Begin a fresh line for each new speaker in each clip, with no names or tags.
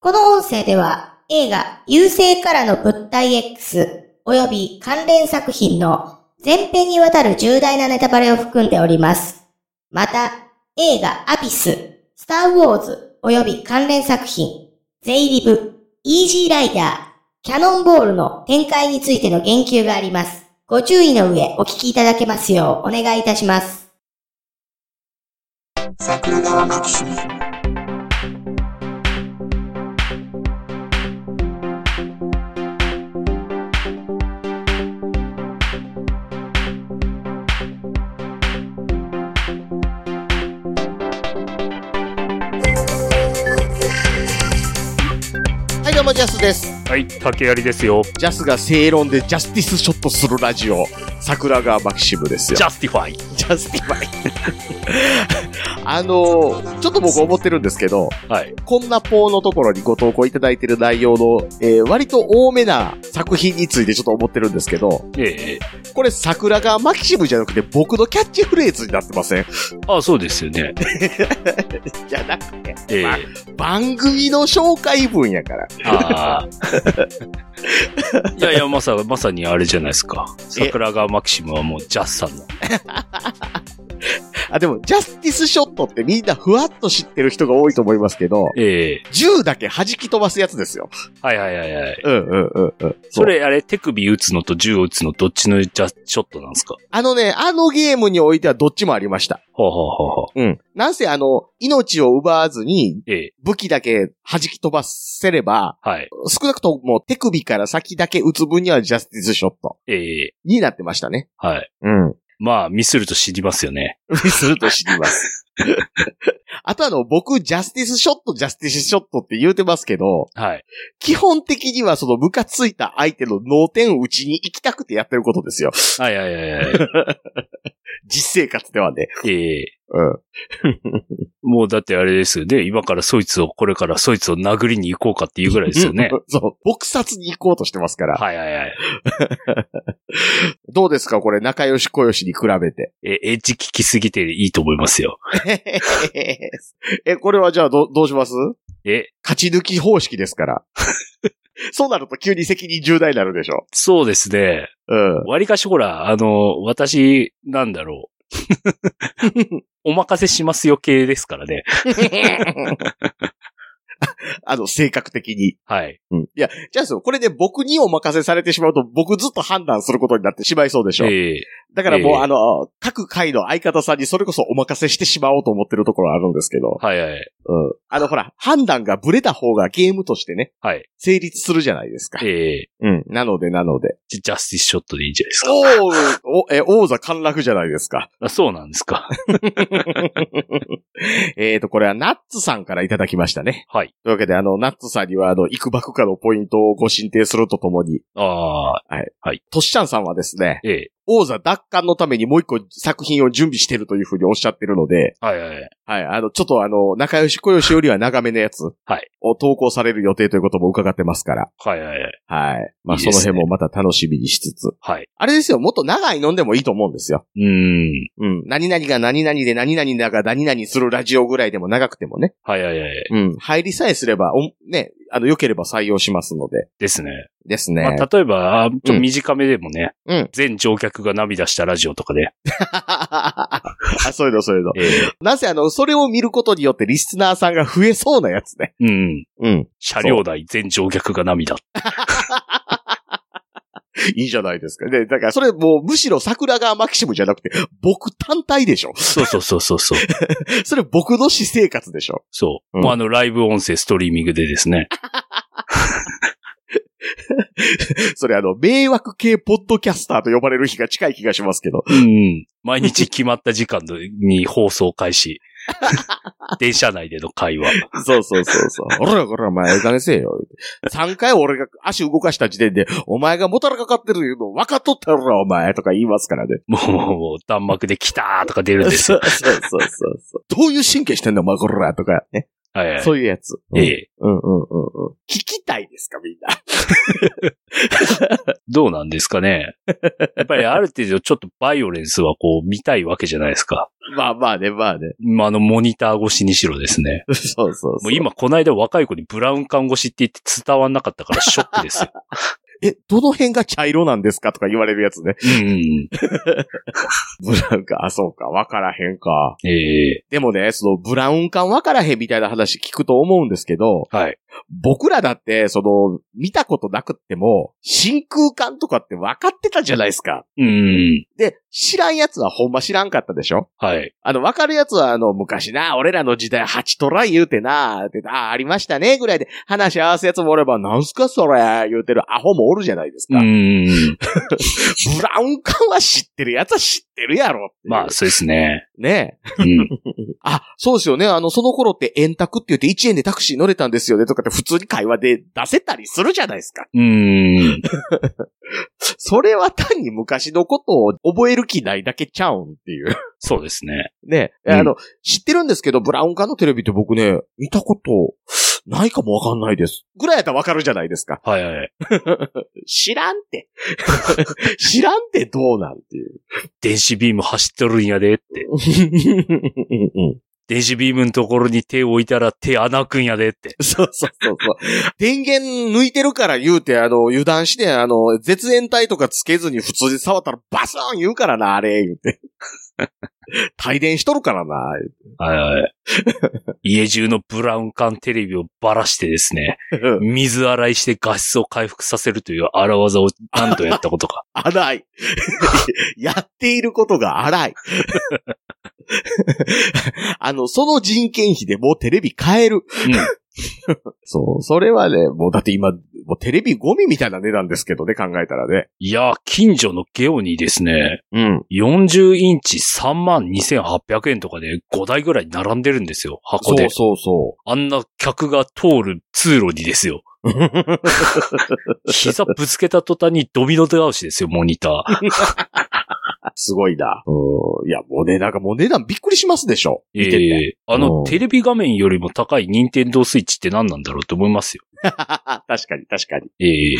この音声では映画優勢からの物体 X 及び関連作品の前編にわたる重大なネタバレを含んでおります。また、映画アビス、スターウォーズ及び関連作品、ゼイリブ、イージーライダー、キャノンボールの展開についての言及があります。ご注意の上お聞きいただけますようお願いいたします。
桜川マキシム
はい、どうも、ジャスです。
はい、竹槍ですよ。
ジャスが正論でジャスティスショットするラジオ、桜川マキシムですよ。
ジャスティファイ。
ジャスティファイ。 あのー、ちょっと僕思ってるんですけど、
はい。
こんなポーのところにご投稿いただいてる内容の、えー割と多めな作品についてちょっと思ってるんですけど、
ええ
これ桜川マキシムじゃなくて僕のキャッチフレーズになってません
あ、そうですよね。
じゃなくて、
ええ
ま番組の紹介文やから。
ああ。いやいや、まさ、まさにあれじゃないですか。桜川マキシムはもうジャスさんの。
あ、でも、ジャスティスショットってみんなふわっと知ってる人が多いと思いますけど、
ええ
銃だけ弾き飛ばすやつですよ。
はいはいはいはい。
うんうんうんうん。
それ、あれ、手首打つのと銃を打つのどっちのジャショットなんですか
あのね、あのゲームにおいてはどっちもありました。
ほうほうほうほ
うん。なんせあの、命を奪わずに
う。ええ
武器だけ弾き飛ばせれば、
はい。
少なくとも手首から先だけ打つ分にはジャスティスショット
ええ
になってましたね。
はい。
うん。
まあ、ミスると知りますよね。
すると知ります。 あとあの、僕、ジャスティスショット、ジャスティスショットって言うてますけど、
はい。
基本的にはそのムカついた相手の脳天を打ちに行きたくてやってることですよ。
はいはいはいはい。
実生活ではね。
ええ
うん。
もうだってあれですよね。今からそいつを、これからそいつを殴りに行こうかっていうぐらいですよ ね。
うん。そう。撲殺に行こうとしてますから。
はいはいはい。
どうですかこれ、仲良し小良しに比べて。
え、エッジ聞きすぎていいと思いますよ。
え、これはじゃあど、どうします
え、
勝ち抜き方式ですから。 そうなると急に責任重大になるでしょ。
そうですね。
うん。
わりかしほら、あの、私、なんだろう。 お任せしますよ系ですからね。
あの、性格的に。
はい。
いや、じゃあそう、これで僕にお任せされてしまうと、僕ずっと判断することになってしまいそうでしょ。
ええ
だからもう、
ええ
あの、各回の相方さんにそれこそお任せしてしまおうと思ってるところあるんですけど。
はいはい。
うん。あの、ほら、判断がブレた方がゲームとしてね、
はい。
成立するじゃないですか。
ええ
うん。なので、なので。
ジジャスティスショットでいいんじゃないですか。
おーお、 え、王座陥落じゃないですか。
あそうなんですか。
えーと、これはナッツさんからいただきましたね。
はい。
というわけで、あの、ナッツさんには、あの、いくばくかのポイントをご申請するとともに、
ああ、
トシちゃんさんはですね、
ええ
王座奪還のためにもう一個作品を準備してるというふうにおっしゃってるので、
はいはい。
はい、あの、ちょっとあの、仲良し小良しよりは長めのやつ、
はい。
を投稿される予定ということも伺ってますから、
はいはいはい。
はい。ま
い
あ、
い
そ
で
の
すね
辺もまた楽しみにしつつ、
はい。
あれですよ、もっと長い飲んでもいいと思うんですよ。
うーん。
うん。何々が何々で何々だが何々するラジオぐらいでも長くてもね。
はいはいはい。
うん。入りさえすれば、おね、あの、良ければ採用しますので。
ですね。
ですね。
まあ、例えば、あちょっと短めでもね、
うん
全乗客が涙したラジオとかで、
あ、そういうの、そういうの。
ええ
なぜあの、それを見ることによってリスナーさんが増えそうなやつね。
うん。
うん。
車両内全乗客が涙。
いいじゃないですか。で、だからそれもう、むしろ桜川マキシムじゃなくて、僕単体でしょ。
そうそうそうそうそう。
それ僕の私生活でしょ。
そう。
うん
もうあの、ライブ音声ストリーミングでですね。
それあの、迷惑系ポッドキャスターと呼ばれる日が近い気がしますけど。
うん。毎日決まった時間のに放送開 始。電車内での会話。
そうそうそうそう。おらこら、お前、ええ加減せえよ。3回俺が足動かした時点で、お前がもたれかかってるの分かっとったやろ、お前、とか言いますからね。
もう、もうもう、弾幕で来たーとか出るんです
そう
よ。
そうそうそう。どういう神経してんだ、お前、こら、とかね。
はいはい。
そういうやつ。
え
え。
え。
うんうんうんうん。聞きたいですか、みんな。
どうなんですかね。やっぱりある程度ちょっとバイオレンスはこう見たいわけじゃないですか。
まあまあね、まあね。
まあ、あの、モニター越しにしろですね。
そうそうそ
も
う。
う今、この間若い子にブラウン管越しって言って伝わんなかったからショックですよ。
え、どの辺が茶色なんですかとか言われるやつね。
うんうん
ブラウン管、あ、そうか、わからへんか。
うん。ええ
でもね、そのブラウン管わからへんみたいな話聞くと思うんですけど、
はい。
僕らだって、その、見たことなくっても、真空管とかって分かってたじゃないですか。
うんうん。
で、知らんやつはほんま知らんかったでしょ
はい。
あの、わかるやつは、あの、昔な、俺らの時代、8トライ言うてな、って、ああ、ありましたね、ぐらいで、話し合わすやつもおれば、なんすかそれ、言うてるアホもおるじゃないです
う
か。
んうんうん。
ブラウン管は知ってるやつは知ってるやろっていう。
まあ、そうですね。
ね
うん。
え。あ、そうですよね。あの、その頃って円卓って言って1円でタクシー乗れたんですよね、とかって普通に会話で出せたりするじゃないですか。
うんうん。
それは単に昔のことを覚える気ないだけちゃうんっていう。
そうですね。
ね、
うん
あの、知ってるんですけど、ブラウン管のテレビって僕ね、見たことないかもわかんないです。ぐらいやったらわかるじゃないですか。
はいはい。
知らんって。 知らんってどうなんていう。
電子ビーム走っとるんやで って。電子ビームのところに手を置いたら手穴開くんやでって。
そうそうそうそう。電源抜いてるから言うて、あの、油断して、あの、絶縁体とかつけずに普通に触ったらバスーン言うからな、あれ、言うて。 帯電しとるからな。
はいはい。家中のブラウン管テレビをばらしてですね、水洗いして画質を回復させるという荒技を何度やったことか。
荒い。 やっていることが荒い。 あの、その人件費でもうテレビ買える。 そう、それはね、もうだって今、もうテレビゴミみたいな値段ですけどね、考えたらね。
いやー、近所のゲオにですね、
うん。
40インチ32,800円とかで5台ぐらい並んでるんですよ、箱
そ
で
う。そうそ
あんな客が通る通路にです よ。
う。
膝ぶつけた途端にドミノ倒しですよ、モニター。
すごいな。うん。いや、もうね、なんかもう値段びっくりしますでしょ。見てて。
ええあ
う
の、
ん
テレビ画面よりも高い任天堂スイッチって何なんだろうと思いますよ。
確かに、確かに。
ええ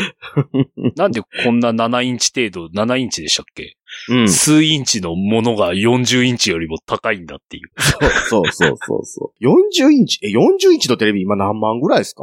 なんでこんな7インチ程度、7インチでしたっけ、
うん
数インチのものが40インチよりも高いんだっていう。
そうそうそうそう。40インチ、え、40インチのテレビ今何万ぐらいですか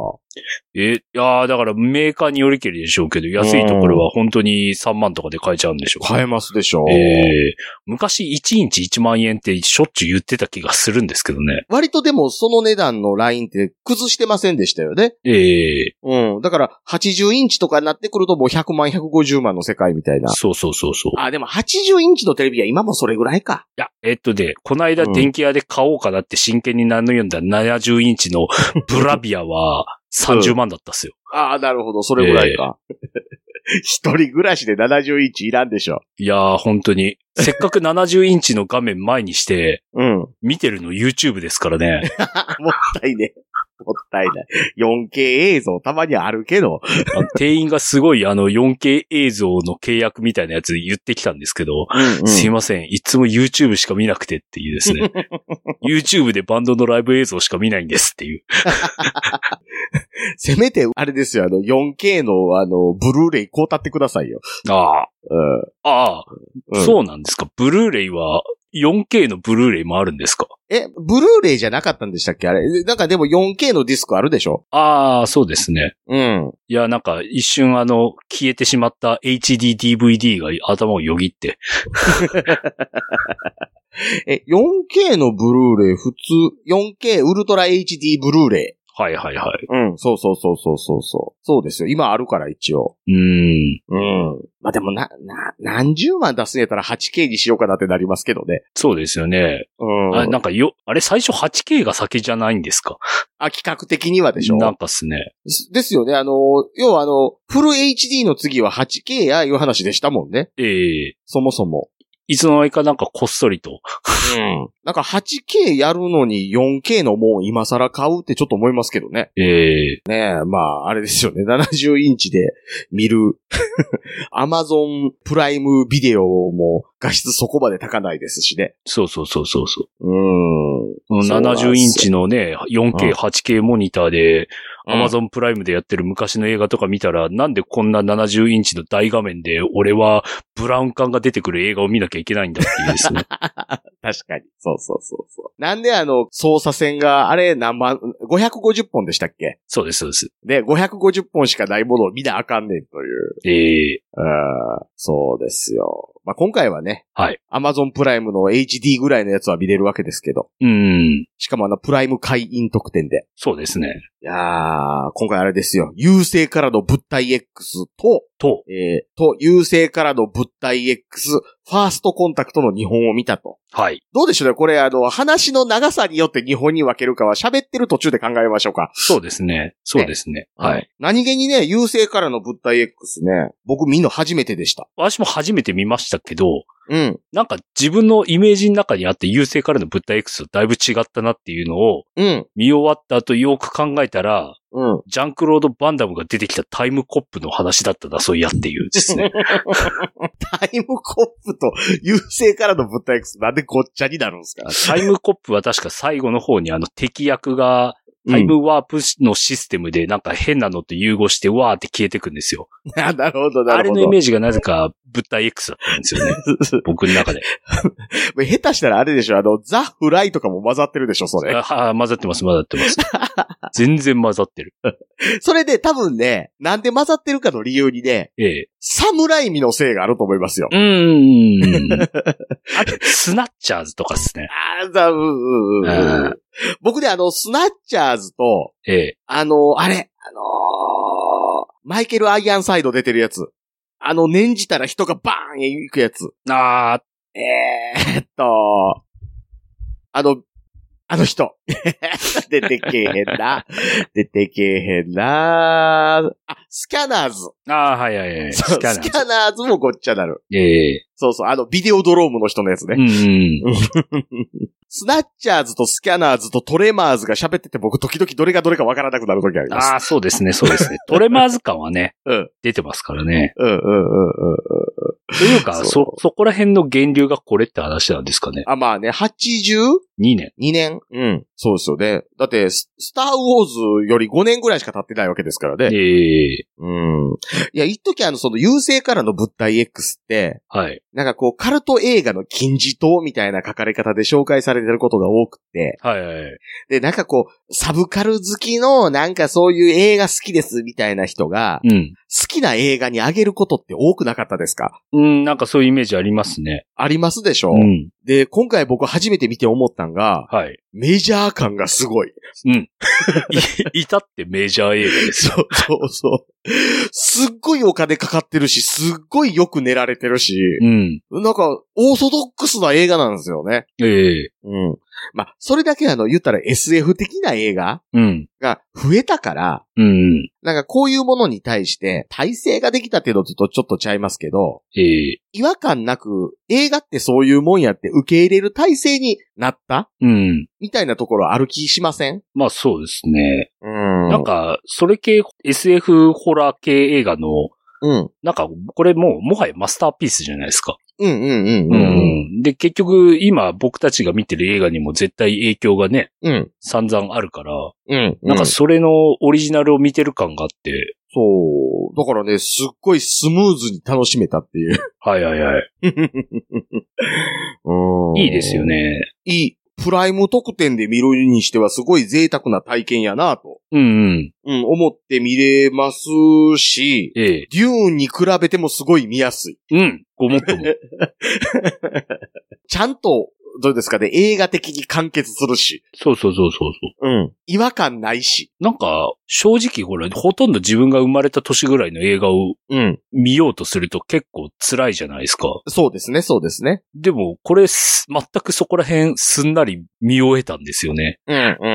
え、いやーだからメーカーによりけりでしょうけど、安いところは本当に3万とかで買えちゃうんでしょう。
買えますでしょ。
ええ昔1インチ1万円ってしょっちゅう言ってた気がするんですけどね。
割とでもその値段のラインって崩してませんでしたよね。
ええ
うん。だから80インチとかになってくるともう100万、150万の世界みたいな。
そうそうそうそう。
あ、でも80インチのテレビは今もそれぐらいか。
いや、えっとね、この間電気屋で買おうかなって真剣に悩んだ70インチ のブラビアは30万だったっすよ。
ああ、なるほど、それぐらいか。 一人暮らしで70インチいらんでしょ。
いやー、本当に。せっかく70インチの画面前にして、
うん。も
見てるの YouTube ですからね。
ったいね。 もったいない。4K 映像たまにあるけど。
あ の店員がすごいあの 4K 映像の契約みたいなやつ言ってきたんですけど、すいません、いつも YouTube しか見なくてっていうです ね。YouTube でバンドのライブ映像しか見ないんですっていう。
せめて、あれですよ、あの、4K の、あの、ブルーレイこうたってくださいよ。
あ
う
あ、ああ、
ん。うん
そうなんですか。ブルーレイは 4K のブルーレイもあるんですか
え、ブルーレイじゃなかったんでしたっけあれ。えなんかでも 4K のディスクあるでしょ
ああ、そうですね。
うん。
いや、なんか一瞬あの、消えてしまった HDDVD が頭をよぎって。
え、4K のブルーレイ、普通、4K ウルトラ HD ブルーレ
はいはいは
イ。うん。そうそうそうそうそうそう。そうですよ。今あるから一応。
い。うーん。
うん。まあ、でもな、な、何十万出すんやったら 8K にしようかなってなりますけどね。
そうですよね。
うん。
あなんかよ、あれ最初 8K が先じゃないんですか
あ、企画的にはでしょ
なんかっすね。
すですよね。あの、要はあの、フル HD の次は 8K やいう話でしたもんね。
ええ
そもそも。
いつの間にかなんかこっそりと。
うん。なんか 8K やるのに 4K のもう今更買うってちょっと思いますけどね。
ええ
ねえ、まあ、あれですよね。70インチで見る Amazon プライムビデオも画質そこまで高ないですしね。
そうそうそうそうそう。
うん。
うん
そうなんですよ
70インチのね、
うん
4K、8K モニターで、
うん
Amazon プライムでやってる昔の映画とか見たら、なんでこんな70インチの大画面で、俺はブラウン管が出てくる映画を見なきゃいけないんだっていうです ね。
確かに。そうそうそうそう。なんであの、操作線が、あれ何万、550本でしたっけ
そうです、そうです。
で、550本しかないものを見なあかんねんという。
ええ
うんそうですよ。まあ、今回はね。
はい。
Amazon プライムの HD ぐらいのやつは見れるわけですけど。
うん、
しかもあの、プライム会員特典で。
そうですね。
いやー、今回あれですよ。優勢からの物体 X と、
と、
えー、と、優勢からの物体 X、ファーストコンタクトの日本を見たと。
はい。
どうでしょうねこれ、あの、話の長さによって日本に分けるかは喋ってる途中で考えましょうか。
そうですね。そうですね。はい。。
何気にね、優勢からの物体 X ね、僕見んの初めてでした。
私も初めて見ましたけど、
うん。
なんか自分のイメージの中にあって、優勢からの物体 X とだいぶ違ったなっていうのを、
うん。
見終わった後よく考えたら、
うん。
ジャンクロード・バンダムが出てきたタイムコップの話だったな、そういやっていうですね。
タイムコップと優勢からの物体 X なんでごっちゃになるんですか
タイムコップは確か最後の方にあの敵役がタ イムワープのシステムでなんか変なのと融合してわーって消えてくんですよ。
なるほど、な
あれ
るほ
の
ど。
イメージがなぜか物体 X だったんですよね。 僕の中で。
下手したらあれでしょあの、ザ・フライとかも混ざってるでしょそれ。
あは混ざってます、混ざって ます。全然混ざってる。
それで多分ね、なんで混ざってるかの理由にね、
ええ。
侍味のせいがあると思いますよ。
うーん。あと、スナッチャーズとかですね。
あーざううう
あー
う僕ね、あの、スナッチャーズと、
ええ。
あの、あれ、あのーマイケル・アイアンサイド出てるやつ。あの、念じたら人がバーンへ行くやつ。
あー、
えーっと、あの、あの人。 出てけえへんな。出てけえへんな。あ、スキャナーズ。
あーはいはいはい。
そうスキ
ナーズ
ャナーズもごっちゃなる。
ええ。
そうそう、あの、ビデオドロームの人のやつ
う
ね。
ん。
スナッチャーズとスキャナーズとトレマーズが喋ってて僕時々どれがどれかわからなくなる時あります。
ああ、そうですね、そうですね。トレマーズ感はね、
うん
出てますからね。
うんうんうんうんうん。
というか、
そ
そ、そこら辺の源流がこれって話なんですかね。
あ、まあね、82
2年。
年うん。そうですよね。だってス、スターウォーズより5年ぐらいしか経ってないわけですからね。
ええ
うん。いや、一時あの、その、優勢からの物体 X って、
はい。
なんかこう、カルト映画の金字塔みたいな書かれ方で紹介されてることが多くて、
はいはいはい。
で、なんかこう、サブカル好きの、なんかそういう映画好きですみたいな人が、
うん。
好きな映画にあげることって多くなかったですか
うん、なんかそういうイメージありますね。
ありますでしょ、
うん。
で、今回僕初めて見て思ったんが、
はい。
メジャー感がすごい。
うん。い、 いたってメジャー映画ですよ。
そう、そう、そう。すっごいお金かかってるし、すっごいよく練られてるし、
うん。
なんか、オーソドックスな映画なんですよね。
ええ
うん。まあ、それだけあの、言ったら SF 的な映画
うん。
が増えたから、
うん。
なんかこういうものに対して、体制ができたっていうのとちょっとちゃいますけど、
ええ
違和感なく、映画ってそういうもんやって受け入れる体制になった
うん。
みたいなところある気しません
まあそうですね。
うん
なん、か、それ系、SF ホラー系映画の、
うん。
なんか、これもう、もはやマスターピースじゃないですか。
うんうんうん
う
うん。
ん。で、結局、今僕たちが見てる映画にも絶対影響がね、
うん。
散々あるから、
うん。
なんか
そ
それのオリジナルを見てる感があって、
う。だからね、すっごいスムーズに楽しめたって いう。
はいはいはい。
うん
いいですよ。ね。
いい。プライム特典で見るにしてはすごい贅沢な体験やなと、
うんうん。
うん、思って見れますし、
ええ。
デューンに比べてもすごい見やすい。
うん。ごもっ とも。
ちゃんと、どうですかね、映画的に完結するし、
そうそうそうそうそ
うん。違和感ないし、
う。なんか、正直ほら、ほとんど自分が生まれた年ぐらいの映画を
うん。
見ようとすると結構辛いじゃないですか。
そうですね、そうですね。
でも、これす、全くそこら辺すんなり見終えたんですよね。
うん、うん、
う
う。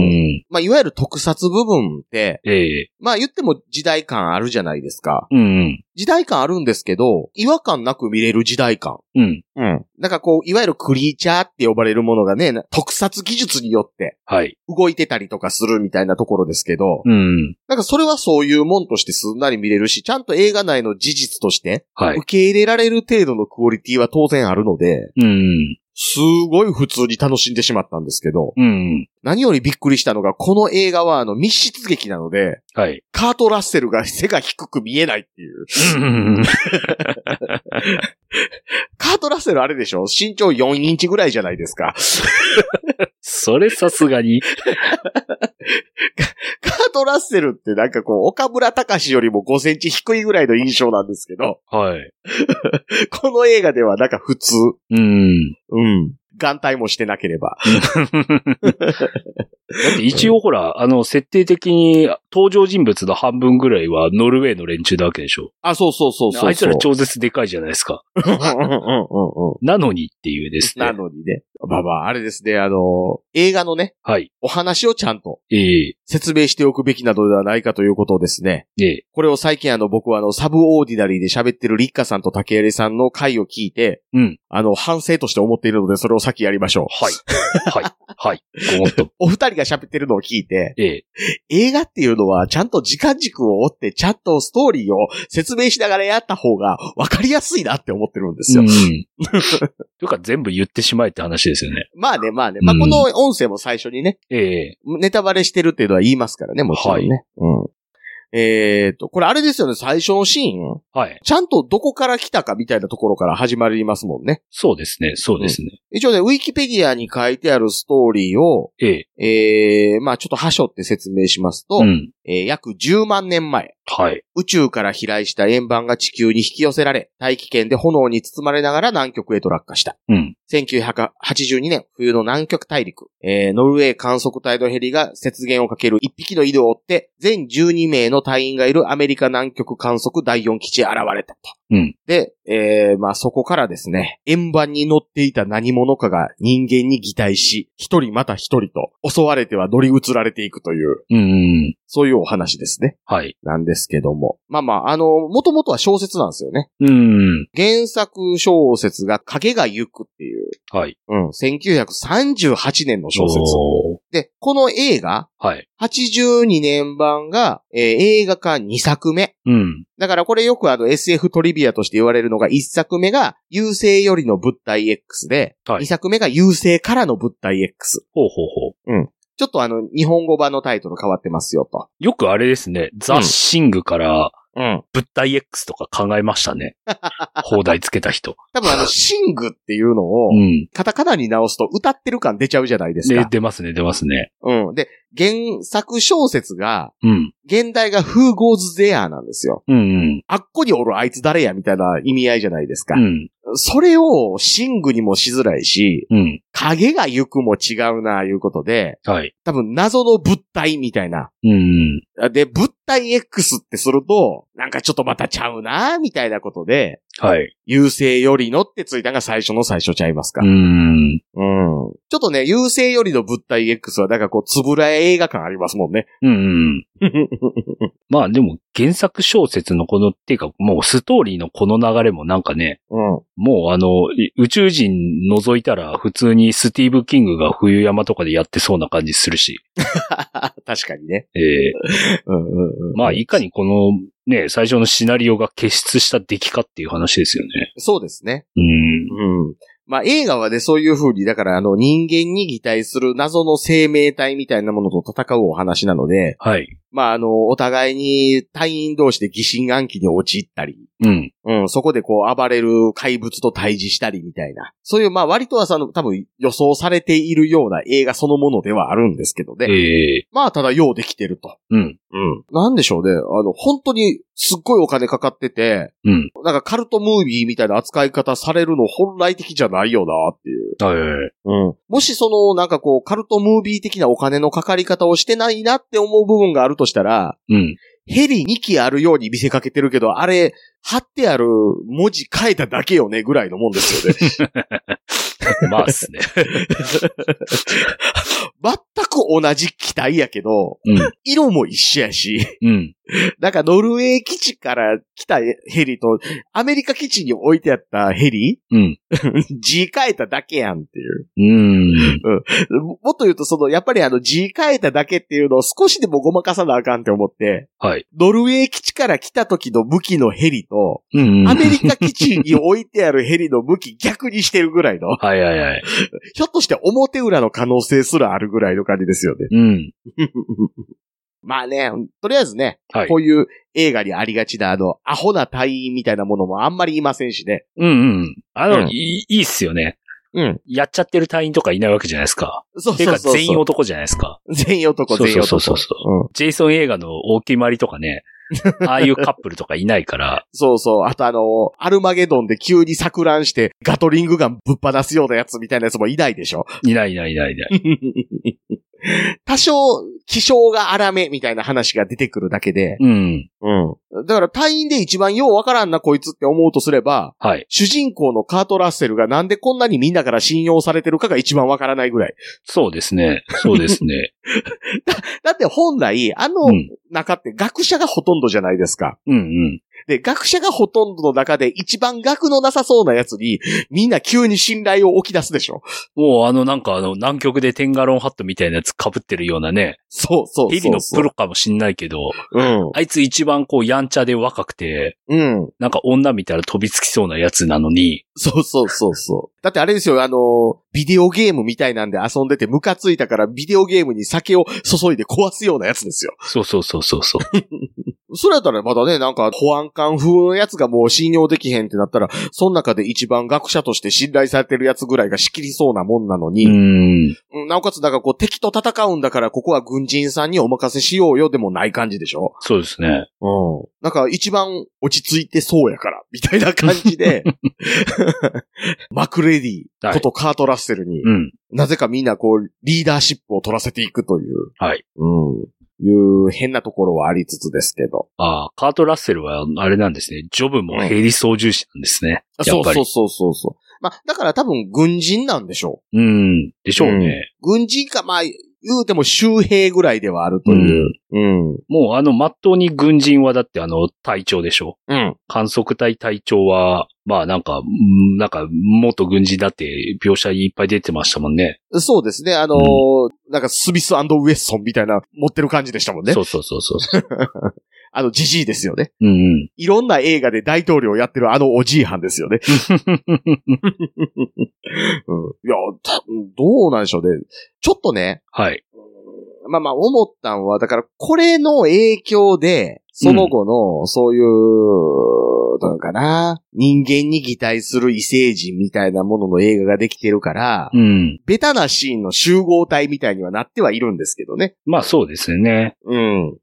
ん。
まあ、いわゆる特撮部分って、
ええ。
まあ言っても時代感あるじゃないですか。
うんうん。
時代感あるんですけど、違和感なく見れる時代感。
うん。
うん。なんかこう、いわゆるクリーチャーって呼ばれるものがね、な特撮技術によって
はい。
動いてたりとかするみたいなところですけど、
うん。
なんかそれはそういうもんとしてすんなり見れるし、ちゃんと映画内の事実として
はい
受。け入れられる程度のクオリティは当然あるので、
うん。
すごい普通に楽しんでしまったんですけど、
うん。
何よりびっくりしたのが、この映画はあの密室劇なので、
はい。
カート・ラッセルが背が低く見えないっていう。
うん。
カート・ラッセルあれでしょ身長4インチぐらいじゃないですか。
それさすがに。
カート・ラッセルってなんかこう、岡村隆史よりも5センチ低いぐらいの印象なんですけど、
はい。
この映画ではなんか普通。
うん。
うん。眼帯もしてなければ。
だって一応ほら、あの、設定的に登場人物の半分ぐらいはノルウェーの連中なわけでしょ。
あ、そうそうそうそうそう。
あいつら超絶でかいじゃないですか。
うんうんうんうん。
なのにっていうです
な
ね。
のにね。まあまあ、あれですね、あの、映画のね、
はい。
お話をちゃんと
ええ
説明しておくべきなどではないかということをですね。
ええ
これを最近あの僕はあのサブオーディナリーで喋ってるリッカさんと竹入さんの回を聞いて、
うん
あの反省として思っているのでそれを先やりましょう。
はい。はい。はい。ごもっと。
お二人が喋ってるのを聞いて、
え え
映画っていうのはちゃんと時間軸を追ってちゃんとストーリーを説明しながらやった方が分かりやすいなって思ってるんですよ。
うん。というか全部言ってしまえって話ですよね。
まあね、まあね。まあこの音声も最初にね、
ええ
ネタバレしてるっていうのは言いますからね、もちろんね。うん。えー、と、これあれですよね、最初のシーン
はい。
ちゃんとどこから来たかみたいなところから始まりますもんね。
そうですね。そうですね。
一応ね、ウィキペディアに書いてあるストーリーを、
ええ
ええまあちょっと端折って説明しますと、
うん。
えー約10万年前、
はい。
宇宙から飛来した円盤が地球に引き寄せられ、大気圏で炎に包まれながら南極へと落下した。
うん。
1982年、冬の南極大陸、えーノルウェー観測隊のヘリが雪原をかける1匹の井戸を追って、全12名の隊員がいるアメリカ南極観測第4基地へ現れたと。
うん
で、えーまあそこからですね、円盤に乗っていた何者かが人間に擬態し、一人また一人と襲われては乗り移られていくという、
うん。
そういうお話ですね。
はい。
なんですけども。まあまあ、あの、もともとは小説なんですよね。
うん。
原作小説が影が行くっていう、
はい。
うん、1938年の小説。
おー
で、この映画、
はい。
82年版が、えー映画化2作目。
うん。
だからこれよくあの SF トリビアとして言われるのが1作目が優勢よりの物体 X で、
はい
2作目が優勢からの物体 X。
ほうほうほう。
ちょっとあの日本語版のタイトル変わってますよと。
よくあれですね。ザ・シングから
うん。
物体 X とか考えました ね。放題つけた人。
多分あのシングっていうのを
うん。
カタカナに直すと歌ってる感出ちゃうじゃないです
で
か、。
出ますね、出ますね。
うん。で、原作小説が
うん。
現代が Who Goes There なんですよ。
うんうん。
あっこにおるあいつ誰やみたいな意味合いじゃないですか。
うん。
それをシングにもしづらいし、
うん。
影が行くも違うな、いうことで、
はい。
多分謎の物体みたいな。
うん。
で、物体 X ってすると、なんかちょっとまたちゃうな、みたいなことで、
はい。
優勢よりのってついたのが最初の最初ちゃいますか。
う
うん。
ん。
ちょっとね、優勢よりの物体 X はなんかこう、つぶらや映画感ありますもん ね。
うんうん。まあでも原作小説のこの、っていうかもうストーリーのこの流れもなんかね、
うん。
もうあの、い宇宙人覗いたら普通にスティーブ・キングが冬山とかでやってそうな感じするし、
確かにね。
ええ
うんうんうん
まあいかにこのね、最初のシナリオが結出した出来かっていう話ですよね。
そうですね。
うん。
うん。まあ映画はね、そういう風に、だからあの人間に擬態する謎の生命体みたいなものと戦うお話なので、
はい。
まああの、お互いに隊員同士で疑心暗鬼に陥ったり、
うん。
うん、そこでこう暴れる怪物と対峙したりみたいな。そういうまあ割とはその多分予想されているような映画そのものではあるんですけどね。
ええ
まあただようできてると。
うん。
うん。なんでしょうね。あの、本当にすっごいお金かかってて、
うん。
なんかカルトムービーみたいな扱い方されるの本来的じゃないよなっていう。
はい。
うん。もしその、なんかこう、カルトムービー的なお金のかかり方をしてないなって思う部分があるとしたら、
うん。
ヘリ2機あるように見せかけてるけど、あれ、貼ってある文字変えただけよね、ぐらいのもんですよね。
まあっすね。
全く同じ機体やけど、
うん。
色も一緒やし、
うん。
なんかノルウェー基地から来たヘリと、アメリカ基地に置いてあったヘリ、
うん。
字変えただけやんっていう。
うん。
ももっと言うと、その、やっぱりあの字変えただけっていうのを少しでもごまかさなあかんって思って、
はい。
ノルウェー基地から来た時の向きのヘリと、
うん。
アメリカ基地に置いてあるヘリの向き逆にしてるぐらいの、
はいはいはい。
ひょっとして表裏の可能性すらあるぐらいの感じですよね。
うん。
まあね、とりあえずね、
はい
こ。ういう映画にありがちな、あの、アホな隊員みたいなものもあんまりいませんしね。
うんうん。あの、
うん
いいいいっすよね。
うん。
やっちゃってる隊員とかいないわけじゃないですか。
そう
て
そう
か、
そう。
全員男じゃないですか。
全員男、
そう
全員
そう
男。
そうそう
うん
ジェイソン映画の大決まりとか ね、ああいうカップルとかいないから、
そうそう。あとあの、アルマゲドンで急に錯乱して、ガトリングガンぶっ放すようなやつみたいなやつもいないでしょ。
いないいないいないいない。
多少、気性が荒めみたいな話が出てくるだけで。
うん。
うん。だから隊員で一番ようわからんなこいつって思うとすれば、
はい。
主人公のカート・ラッセルがなんでこんなにみんなから信用されてるかが一番わからないぐらい。
そうですね。そうです ね。
だって本来、あの
うん。
中って学者がほとんどじゃないですか。
うんうん。
で、学者がほとんどの中で一番学のなさそうなやつに、みんな急に信頼を置き出すでしょ。
もうあのなんかあの南極でテンガロンハットみたいなやつ被ってるようなね、
そうそうそうそう。
ヘリのプロかもしんないけど、あいつ一番こうやんちゃで若くて、
うん。うん。
なんか女見たら飛びつきそうなやつなのに、
そうそうそうそう。だってあれですよ、あのー、ビデオゲームみたいなんで遊んでてムカついたからビデオゲームに酒を注いで壊すようなやつですよ。
そうそうそうそうそう。
それやったらまだね、なんか保安官風のやつがもう信用できへんってなったら、その中で一番学者として信頼されてるやつぐらいが仕切りそうなもんなの
う
に、
ん。
うんなおかつなんかこう敵と戦うんだからここは軍人さんにお任せしようよでもない感じでしょ
そうですね。
うん。なんか一番落ち着いてそうやから、みたいな感 じで、マクレディことカートラッセルに、
うん。
なぜかみんなこう、リーダーシップを取らせていくという、
はい。
うん。いう変なところはありつつですけど。
ああ、カート・ラッセルはあれなんですね。ジョブもヘリ操縦士なんですね。や
そ
っ
う
ぱり。
そうそうそうそう。まあ、だから多分軍人なんでしょ
うん。でしょうね。
う。軍人か、まあ、言うても周兵ぐらいではあると
う
いう。
ん。
うん。
もうあの、まっとうに軍人はだってあの、隊長でしょ。
うん。
観測隊隊長は、まあなんか、うんなんか、元軍人だって描写いっぱい出てましたもんね。
そうですね。あのーなんかスミスウェッソンみたいな持ってる感じでしたもんね
そ。うそうそうそう。
あの、ジジイですよね。
うん うん。
いろんな映画で大統領やってるあのおじいはんですよね。うん、いや、たどうなんでしょうね。ちょっとね、
はい。
まあまあ思ったんは、だからこれの影響で、その後の、そういう、どうかな、人間に擬態する異星人みたいなものの映画ができてるから、
うん。
ベタなシーンの集合体みたいにはなってはいるんですけどね。
まあそうですね。
うん。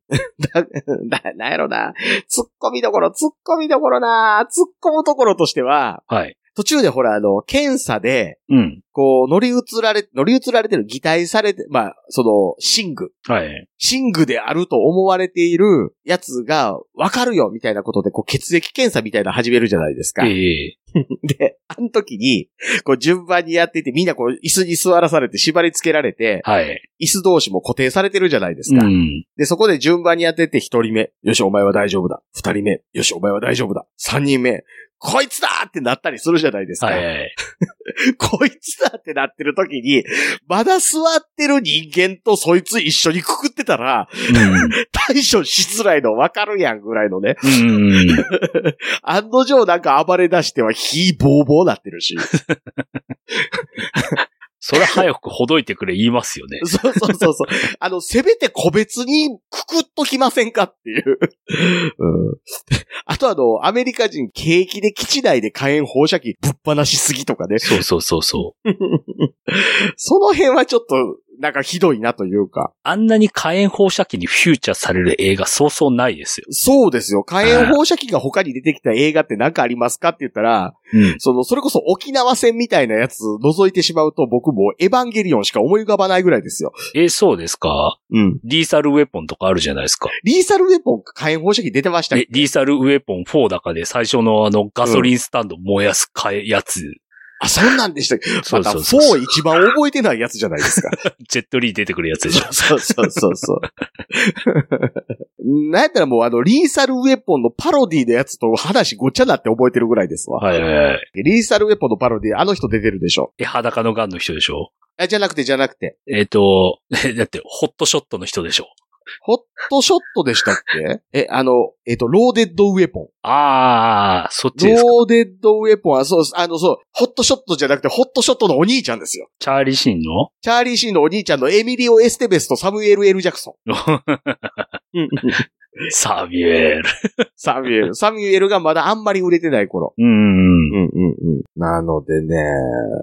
だ、 だ、 なんやろな。突っ込みどころ、突っ込みどころな。突っ込むところとしては、
はい。
途中でほら、あの、検査で、
うん。
こう、乗り移られ、乗り移られてる、擬態されて、まあ、その、寝具。
はい。
寝具であると思われているやつが、わかるよ、みたいなことで、こう、血液検査みたいなの始めるじゃないですか。
ええ
で、あの時に、こう、順番にやってて、みんなこう、椅子に座らされて、縛り付けられて、
はい。
椅子同士も固定されてるじゃないです
う
か。
ん。
で、そこで順番にやってって、一人目、よし、お前は大丈夫だ。二人目、よし、お前は大丈夫だ。三人目、こいつだってなったりするじゃないですか。
はいはい。
こいつだってなってる時に、まだ座ってる人間とそいつ一緒にくくってたら、対処しづらいのわかるやんぐらいのね。
うん。うん。
案の定なんか暴れ出しては火ボーボーなってるし。
それ早くほどいてくれ言いますよね。
そうそうそうそう。あの、せめて個別にくくっときませんかっていう。 うん。あとあの、アメリカ人景気で基地内で火炎放射器ぶっ放しすぎとかね。
そうそうそうそう。
その辺はちょっと、なんかひどいなというか。
あんなに火炎放射器にフューチャーされる映画そうそうないですよ。
そうですよ。火炎放射器が他に出てきた映画って何かありますかって言ったら、
うん。
その、それこそ沖縄戦みたいなやつ覗いてしまうと僕もうエヴァンゲリオンしか思い浮かばないぐらいですよ。
えーそうですか
うん。
リーサルウェポンとかあるじゃないですか。
リーサルウェポンか火炎放射器出てましたっけ
で、リーサルウェポン4だかで最初のあのガソリンスタンド燃やすかえやつ
あ、そんなんでしたっけ
そ
ま
う
た
そうそう。
4一番覚えてないやつじゃな いですか。
ジェットリー出てくるやつでしょ。
そうそうそうそう。なんやったらもうあの、リーサルウェポンのパロディのやつと話ごっちゃになって覚えてるぐらいですわ。
はいはいはい。
リーサルウェポンのパロディ、あの人出てるでしょ。
え、裸のガンの人でしょ
あじゃなくて、じゃなくて。
えっ、と、 えだって、ホットショットの人でしょ
ホットショットでしたっけえ、あの、えっ、と、ローデッドウェポン。
ああ、そっちですか。
ローデッドウェポンは、そう、あの、そう、ホットショットじゃなくて、ホットショットのお兄ちゃんですよ。
チャーリーシンの
チャーリー・シーンのお兄ちゃんのエミリオ・エステベスとサムエル・エル・ジャクソン。
サミュエル。
サミュエ ル。サミュエルがまだあんまり売れてない頃。
うん。
うんうんうん。なのでね、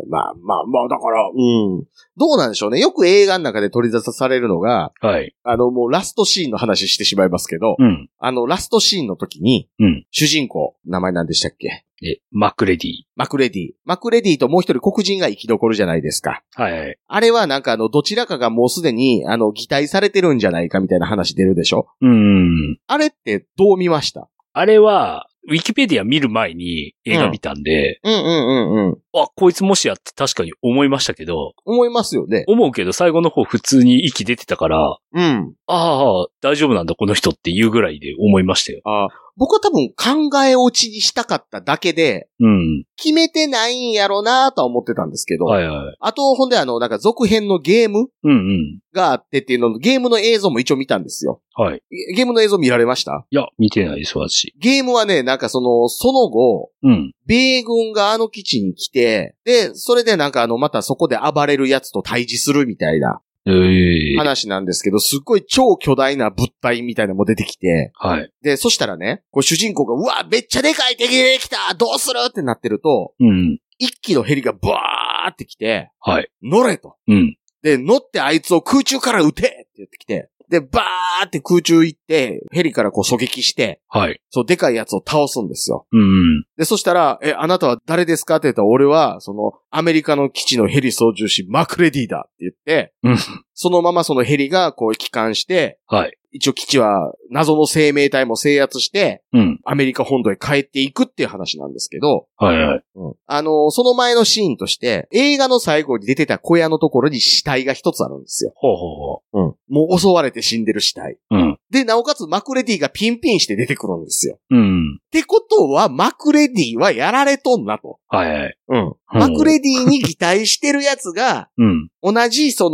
まあまあまあ、だから、うん。どうなんでしょうね。よく映画の中で取り出されるのが、
はい。
あの、もうラストシーンの話してしまいますけど、
うん。
あの、ラストシーンの時に、
うん
主人公、名前なんでしたっけ
え、マクレディ。
マクレディ。マクレディともう一人黒人が生き残るじゃないですか。
はいはい。
あれはなんかあの、どちらかがもうすでに、あの、擬態されてるんじゃないかみたいな話出るでしょ
うん。
あれってどう見ました
あれは、ウィキペディア見る前に映画見たんで、
うんうんうんうん。
あ、こいつもしやって確かに思いましたけど、
思いますよね。
思うけど最後の方普通に息出てたから、
うん。
ああ、大丈夫なんだこの人っていうぐらいで思いましたよ。
あ僕は多分考え落ちにしたかっただけで、
うん。
決めてないんやろうなとは思ってたんですけど、
はいはい。
あと、ほんであの、なんか続編のゲーム
うんうん。
があってっていうのの、ゲームの映像も一応見たんですよ。
はい。
ゲゲームの映像見られました
いや、見てないです、私。
ゲームはね、なんかその、その後、
うん。
米軍があの基地に来て、で、それでなんかあの、またそこで暴れるやつと対峙するみたいな
ええ
話なんですけど、すっごい超巨大な物体みたいなのも出てきて、
はい。
で、そしたらね、こう主人公が、うわ、めっちゃでかい敵できたどうするってなってると、
うん。
一機のヘリがブワーって来て、
はい。
乗れと。
うん。
で、乗ってあいつを空中から撃てって言ってきて、で、バーって空中行って、ヘリからこう狙撃して、
はい。
そう、でかいやつを倒すんですよ。
うんうん。
で、そしたら、え、あなたは誰ですかって言ったら、俺は、その、アメリカの基地のヘリ操縦士、マクレディだって言って、
うん
そのままそのヘリがこう帰還して、
はい。
一応基地は謎の生命体も制圧して、
うん。
アメリカ本土へ帰っていくっていう話なんですけど、
はいはい。
あの、その前のシーンとして、映画の最後に出てた小屋のところに死体が一つあるんですよ。
ほうほうほ
もう襲われて死んでる死体。
う。うん。
で、なおかつマクレディがピンピンして出てくるんですよ。
うん。
ってことは、マクレディはやられとんなと。
はいはい。
うん。
うん
マクレディに擬態してるやつが、
うん。
同じ、そ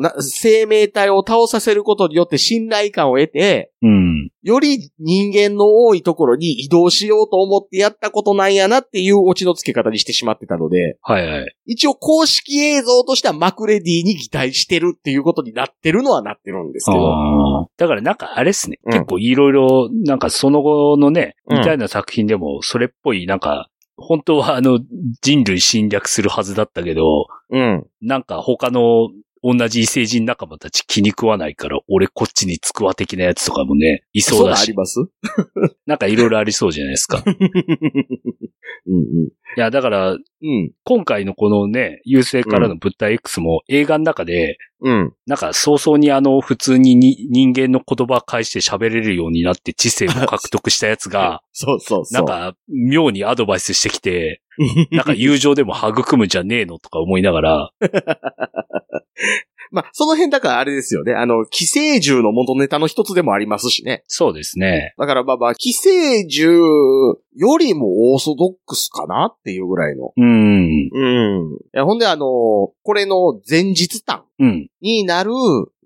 の、な生命体を倒させることによって信頼感を得て、
うん。
より人間の多いところに移動しようと思ってやったことなんやなっていうオチの付け方にしてしまってたので、
はいはい。
一応公式映像としてはマクレディに擬態してるっていうことになってるのはなってるんですけど。
あーだからなんかあれっすね。
うん
結構いろいろ、なんかその後のね、
うん
みたいな作品でも、それっぽいなんか、本当はあの、人類侵略するはずだったけど、
うん。
なんか他の同じ異星人仲間たち気に食わないから、俺こっちにつくわ的なやつとかもね、いそ
そうう
だ
だあり
し、
ます
なんかいろいろありそうじゃないですか。い
うんうん。
や、だから、
うん。
今回のこのね、優勢からの物体 X も映画の中で、
うん。
なんか早々にあの普通にに人間の言葉返して喋れるようになって知性も獲得したやつが、
そう そうそう。
なんか妙にアドバイスしてき て、なんか友情でも育むんじゃねえのとか思いながら、
まあ、その辺だからあれですよね。あの、寄生獣の元ネタの一つでもありますしね。
そうですね。
だからまあまあ、寄生獣よりもオーソドックスかなっていうぐらいの。
うん。
うん。いやほんであの、これの前日談
うん。
になる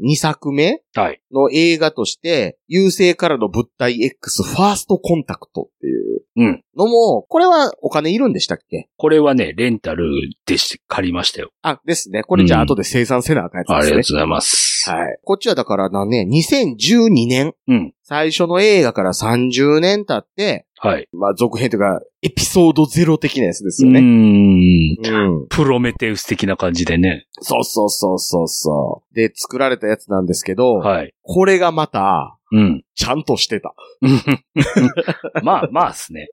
2作目
はい。
の映画として、優勢からの物体 X ファーストコンタクトっていう
うん。
のも、これはお金いるんでしたっけ
これはね、レンタルでして借りましたよ。
あ、ですね。これじゃあ後で生産せなあかん
ありがとう
やつで
ご
すね。
ざいます。
はい。こっちはだから何年 ?2012 年。
うん。
最初の映画から30年経って、
はい。
まあ続編というか、エピソードゼロ的なやつです
う
よね。
ん。
うん。
プロメテウス的な感じでね。
そうそうそうそうそう。で、作られたやつなんですけど、
はい。
これがまた、
うん。
ちゃんとしてた。
まあまあですね。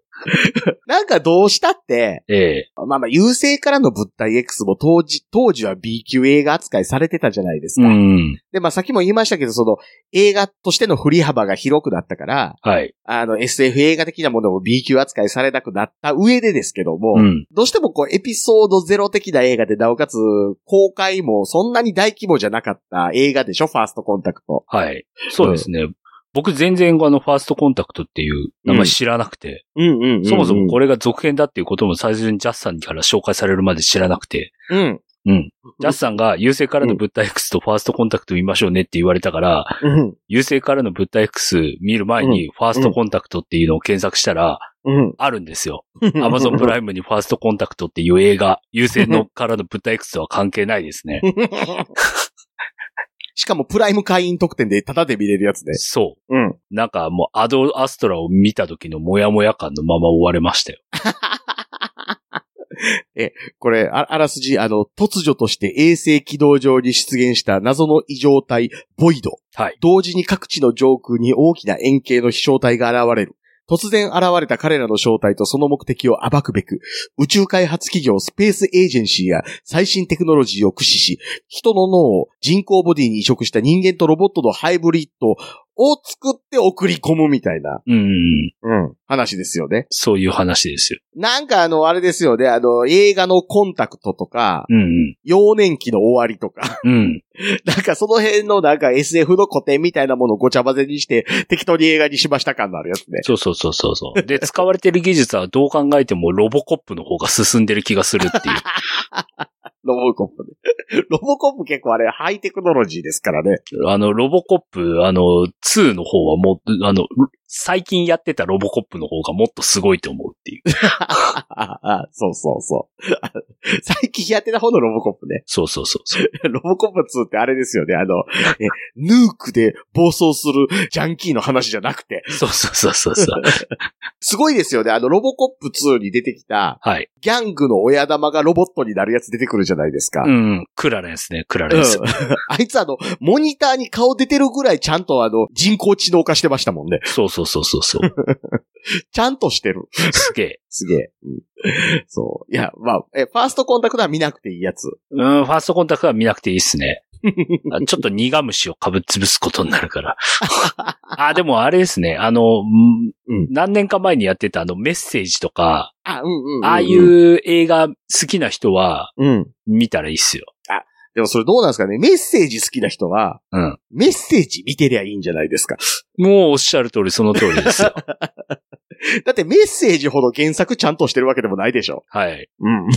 なんかどうしたって、
ええ。
まあまあ、優勢からの物体 X も当時、当時は B 級映画扱いされてたじゃないですか。
うん。
で、まあさっきも言いましたけど、その映画としての振り幅が広くなったから、
はい。
あの SF 映画的なものも B 級扱いされなくなった上でですけども、
うん。
どうしてもこうエピソードゼロ的な映画で、なおかつ公開もそんなに大規模じゃなかった映画でしょ、ファーストコンタクト。
はい。そうですね。僕全然あの、ファーストコンタクトっていう名前知らなくて、
うんうん
そもそもこ
れ。
れが続編だっていうことも最初にジャスさんから紹介されるまで知らなくて、
うん。
うん。ジャスさんが優勢からの物体 X とファーストコンタクト見ましょうねって言われたから、
うん。
優勢からの物体 X 見る前にファーストコンタクトっていうのを検索したら、
うん。
あるんですよ。 アマゾンプライムにファーストコンタクトっていう映画、優勢のからの物体 X とは関係ないですね。
しかもプライム会員特典でタダで見れるやつね。
そ
うん。
う。なんかもうアドアストラを見た時のモヤモヤ感のまま終われましたよ。
これ、ああらすじ、あの、突如として衛星軌道上に出現した謎の異常体、ボイド。
はい。
同時に各地の上空に大きな円形の飛翔体が現れる。突然現れた彼らの正体とその目的を暴くべく、宇宙開発企業スペースエージェンシーや最新テクノロジーを駆使し、人の脳を人工ボディに移植した人間とロボットのハイブリッドを作って送り込むみたいな、
うん。
うん、話ですよね。
そういう話ですよ。
なんかあの、あれですよね、あの、映画のコンタクトとか、
うん
幼年期の終わりとか、
うん。うん。
なんかその辺のなんか SF の古典みたいなものをごちゃ混ぜにして、適当に映画にしました感のあるやつね。
そうそうそうそう そう。で、使われてる技術はどう考えてもロボコップの方が進んでる気がするっていう。
ロボコップね。 ロボコップ結構あれ、ハイテクノロジーですからね。
あの、ロボコップ、あの、2の方はもう、あの、最近やってたロボコップの方がもっとすごいと思うっていう。
あああそうそうそう。 あ最近やってた方のロボコップね。
そうそうそうそう。
ロボコップ2ってあれですよね、あの、えヌークで暴走するジャンキーの話じゃなくて、
そうそうそうそうそう。
すごいですよね、あの、ロボコップ2に出てきた、
はい。
ギャングの親玉がロボットになるやつ出てくるじゃないですか。
うん。クラレンスね、クラ
う
レ
ん
ンス。
あいつあの、モニターに顔出てるぐらいちゃんとあの、人工知能化してましたもんね。
そうそうそうそうそう。
ちゃんとしてる。
すげえ。
すげえ。うんそう。いや、まあ、え、ファーストコンタクトは見なくていいやつ。
うん、ファーストコンタクトは見なくていいっす ね。あちょっと苦虫をかぶっ潰すことになる から。あ、でもあれですね。あの、ん
うん
何年か前にやってたあのメッセージとか、
あ、うんうんうん、
ああい。う映画好きな人は
うん。
見たらいいっすよ。
でもそれどうなんですかねメッセージ好きな人は、
うん。
メッセージ見てりゃいいんじゃないですか。
もうおっしゃる通り、その通りですよ。
だってメッセージほど原作ちゃんとしてるわけでもないでしょ。
はい。
うん。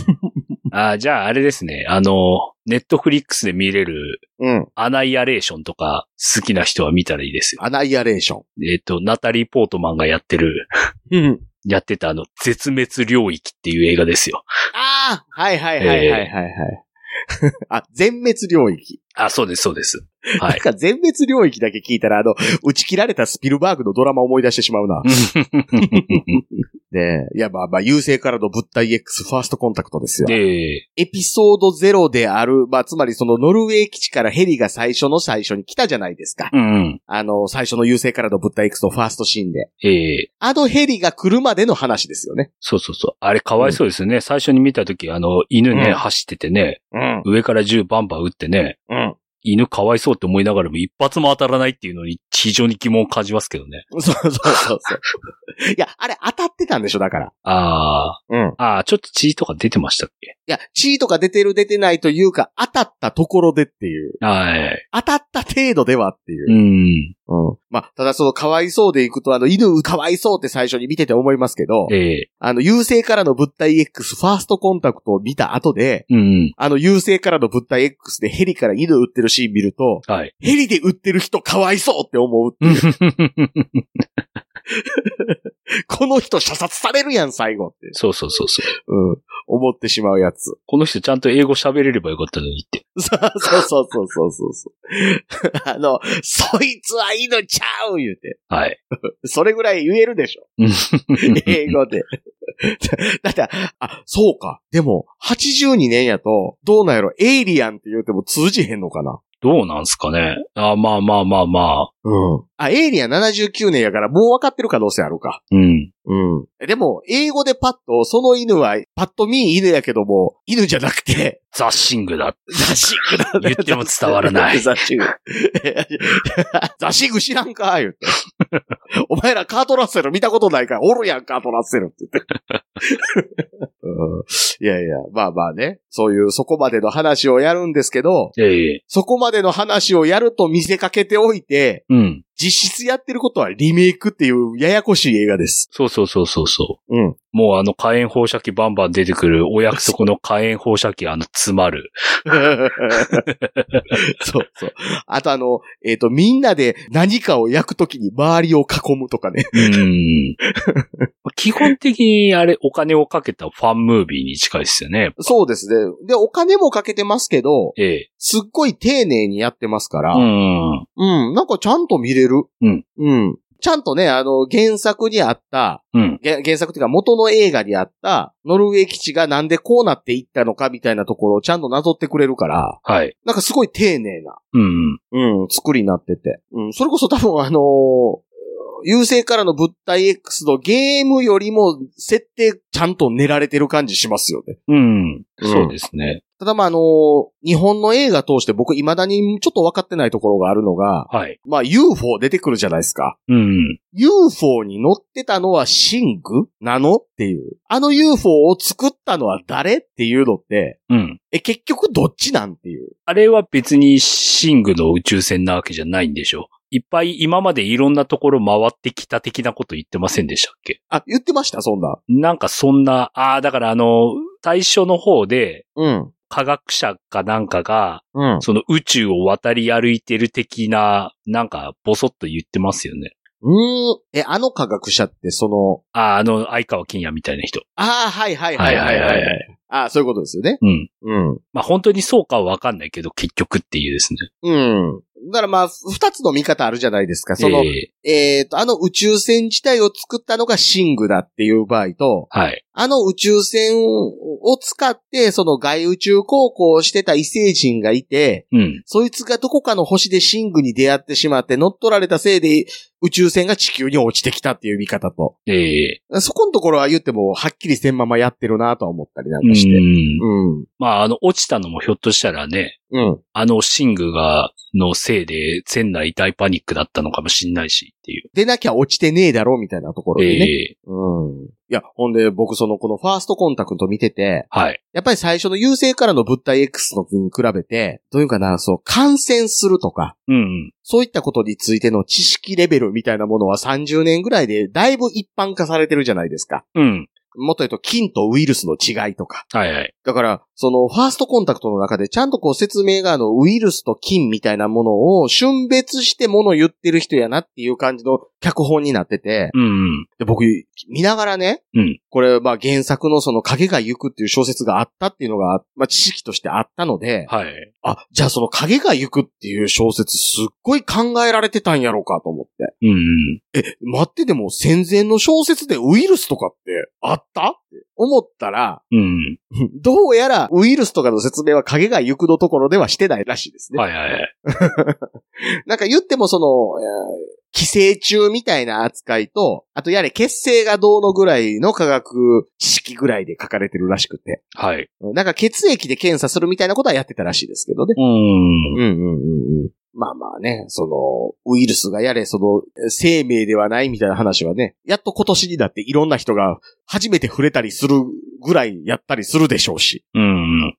あじゃああれですね。あの、ネットフリックスで見れる
うん。
アナイアレーションとか好きな人は見たらいいですよ。
アナイアレーション。
えっ、と、ナタリー・ポートマンがやってる、
うん。
やってたあの、絶滅領域っていう映画ですよ。
ああはいはいはいはいはいはい。 あ、全滅領域。
あ、そうです、そうです。は
な ん
い。
か全滅領域だけ聞いたら、あの、打ち切られたスピルバーグのドラマ思い出してしまうな。ねえ。いや、まあまあ、優勢からの物体 X ファーストコンタクトですよ。
で、
エピソードゼロである、まあ、つまりそのノルウェー基地からヘリが最初の最初に来たじゃないですか。
うんうん、
あの、最初の優勢からの物体 X のファーストシーンで。
ええ
あのヘリが来るまでの話ですよね。
そうそうそう。あれ、かわいそうですよね。最初に見たとき、あの、犬ね、
うん
走っててね、
うん。
上から銃バンバン撃ってね、
うん。
犬かわいそうって思いながらも一発も当たらないっていうのに非常に疑問を感じますけどね。
そうそうそうそう。いや、あれ当たってたんでしょ、だから。
あ
うん。
あ、ああ、ちょっと血とか出てましたっけ
いや、地位とか出てる出てないというか、当たったところでっていう。
はい。
当たった程度ではっていうう。
ん。
うん。まあ、ただその、かわいそうでいくと、あの、犬かわいそうって最初に見てて思いますけど、
ええ
あの、優勢からの物体 X ファーストコンタクトを見た後で、
うん。
あの、優勢からの物体 X でヘリから犬撃ってるシーン見ると、
はい。
ヘリで撃ってる人かわいそうって思うっていう。この人射殺されるやん、最後って。
そうそうそうそう。
うん。思ってしまうやつ。
この人ちゃんと英語喋れればよかったのにって。
そうそうそうそうそうそうそう。 あの、そいつは犬ちゃう言うて。
はい。
それぐらい言えるでしょ。英語で。 だって、あ、そうか。でも、82年やと、どうなんやろ、エイリアンって言うても通じへんのかな。
どうなんすかね。あまあまあまあまあ。
うん。あ、エイリアン79年やからもう分かってる可能性あるか。
うん。
うん。でも、英語でパッと、その犬は、パッと見犬やけども、犬じゃなくて、
ザッシングだ。
ザシグだ
言っても伝わらな い
ザシグ。 ザシグ知らんか言って。お前らカートラッセル見たことないから、おるやん、カートラッセルって言って、 うん。いやいや、まあまあね。そういう、そこまでの話をやるんですけど、
ええ
そこまでの話をやると見せかけておいて、
うん。
実質やってることはリメイクっていうややこしい映画です。
そうそうそうそうそ
うん。
う。もうあの火炎放射器バンバン出てくるお約束の火炎放射器あの詰まる。
そうそう。あとあの、えっ、と、みんなで何かを焼くときに周りを囲むとかね。
うん。 基本的にあれお金をかけたファンムービーに近いですよね。
そうですね。で、お金もかけてますけど、
ええ。
すっごい丁寧にやってますから、
う
うん、
ん。
なんかちゃんと見れる。
うん。
うん。ちゃんとね、あの、原作にあった、
うん。
げ原作っていうか元の映画にあった、ノルウェー基地がなんでこうなっていったのかみたいなところをちゃんとなぞってくれるから、
はい。
なんかすごい丁寧な、
うん。
うん、作りになってて。うん、それこそ多分あのー優勢からの物体 X のゲームよりも設定ちゃんと練られてる感じしますよね。
うん。そうですね。
ただまあ、あのー日本の映画通して僕未だにちょっと分かってないところがあるのが、
はい。
まあ UFO 出てくるじゃないですか。
うん。
UFO に乗ってたのはシングなのっていう。あの UFO を作ったのは誰っていうのって、
うん。
え、結局どっちなんっていう。
あれは別にシングの宇宙船なわけじゃないんでしょいっぱい今までいろんなところ回ってきた的なこと言ってませんでしたっけ
あ、言ってましたそんな。
なんかそんな、ああ、だからあの、最初の方で
うん。
科学者かなんかが、
うん。
その宇宙を渡り歩いてる的な、なんかボソッと言ってますよね。
うーん。え、あの科学者ってその、
ああ、あの、相川金也みたいな人。
ああ、はいはいはいはいはい。はい
い。
ああ、そういうことですよね。
うん。
うん。
まあ本当にそうかはわかんないけど、結局っていうですね。
うん。だからまあ、二つの見方あるじゃないですか。その、
ええ
えっ、と、あの宇宙船自体を作ったのがシングだっていう場合と、
はい。
あの宇宙船を使って、その外宇宙航行をしてた異星人がいて、
うん。
そいつがどこかの星でシングに出会ってしまって乗っ取られたせいで宇宙船が地球に落ちてきたっていう見方と。
ええ
そこのところは言っても、はっきりせんままやってるなとは思ったりなん
う
かして。
ん。
うん。
まああの、落ちたのもひょっとしたらね、
うん。
あのシングが、のせいで、船内大パニックだったのかもしんないしっていう。
でなきゃ落ちてねえだろ、みたいなところでね。
ええ
うん。いや、ほんで僕その、このファーストコンタクト見てて、
はい。
やっぱり最初の優勢からの物体 X の時に比べて、どういうかな、そう、感染するとか、
うんうん。
そういったことについての知識レベルみたいなものは30年ぐらいでだいぶ一般化されてるじゃないですか。
うん。
もっと言うと菌とウイルスの違いとか。
はいはい。
だから、そのファーストコンタクトの中でちゃんとこう説明があのウイルスと菌みたいなものを瞬別してものを言ってる人やなっていう感じの脚本になってて、
うんうん。
で僕見ながらね、
うん
これまあ原作のその影が行くっていう小説があったっていうのが、まあ知識としてあったので、
はい。
あ、じゃあその影が行くっていう小説すっごい考えられてたんやろうかと思って。
うんうん。
え、待ってでも戦前の小説でウイルスとかってあったって思ったら、
うん
どうやらウイルスとかの説明は影が行くのところではしてないらしいです
うん。
ね。
はいはいはい。
なんか言ってもその、えー寄生虫みたいな扱いと、あとやれ血清がどうのぐらいの科学知識ぐらいで書かれてるらしくて。
はい。
なんか血液で検査するみたいなことはやってたらしいですけどね。
うん。
うんうんうんうん。まあまあね、その、ウイルスがやれ、その、生命ではないみたいな話はね、やっと今年になっていろんな人が初めて触れたりするぐらいやったりするでしょうし。
うんうん。
うん。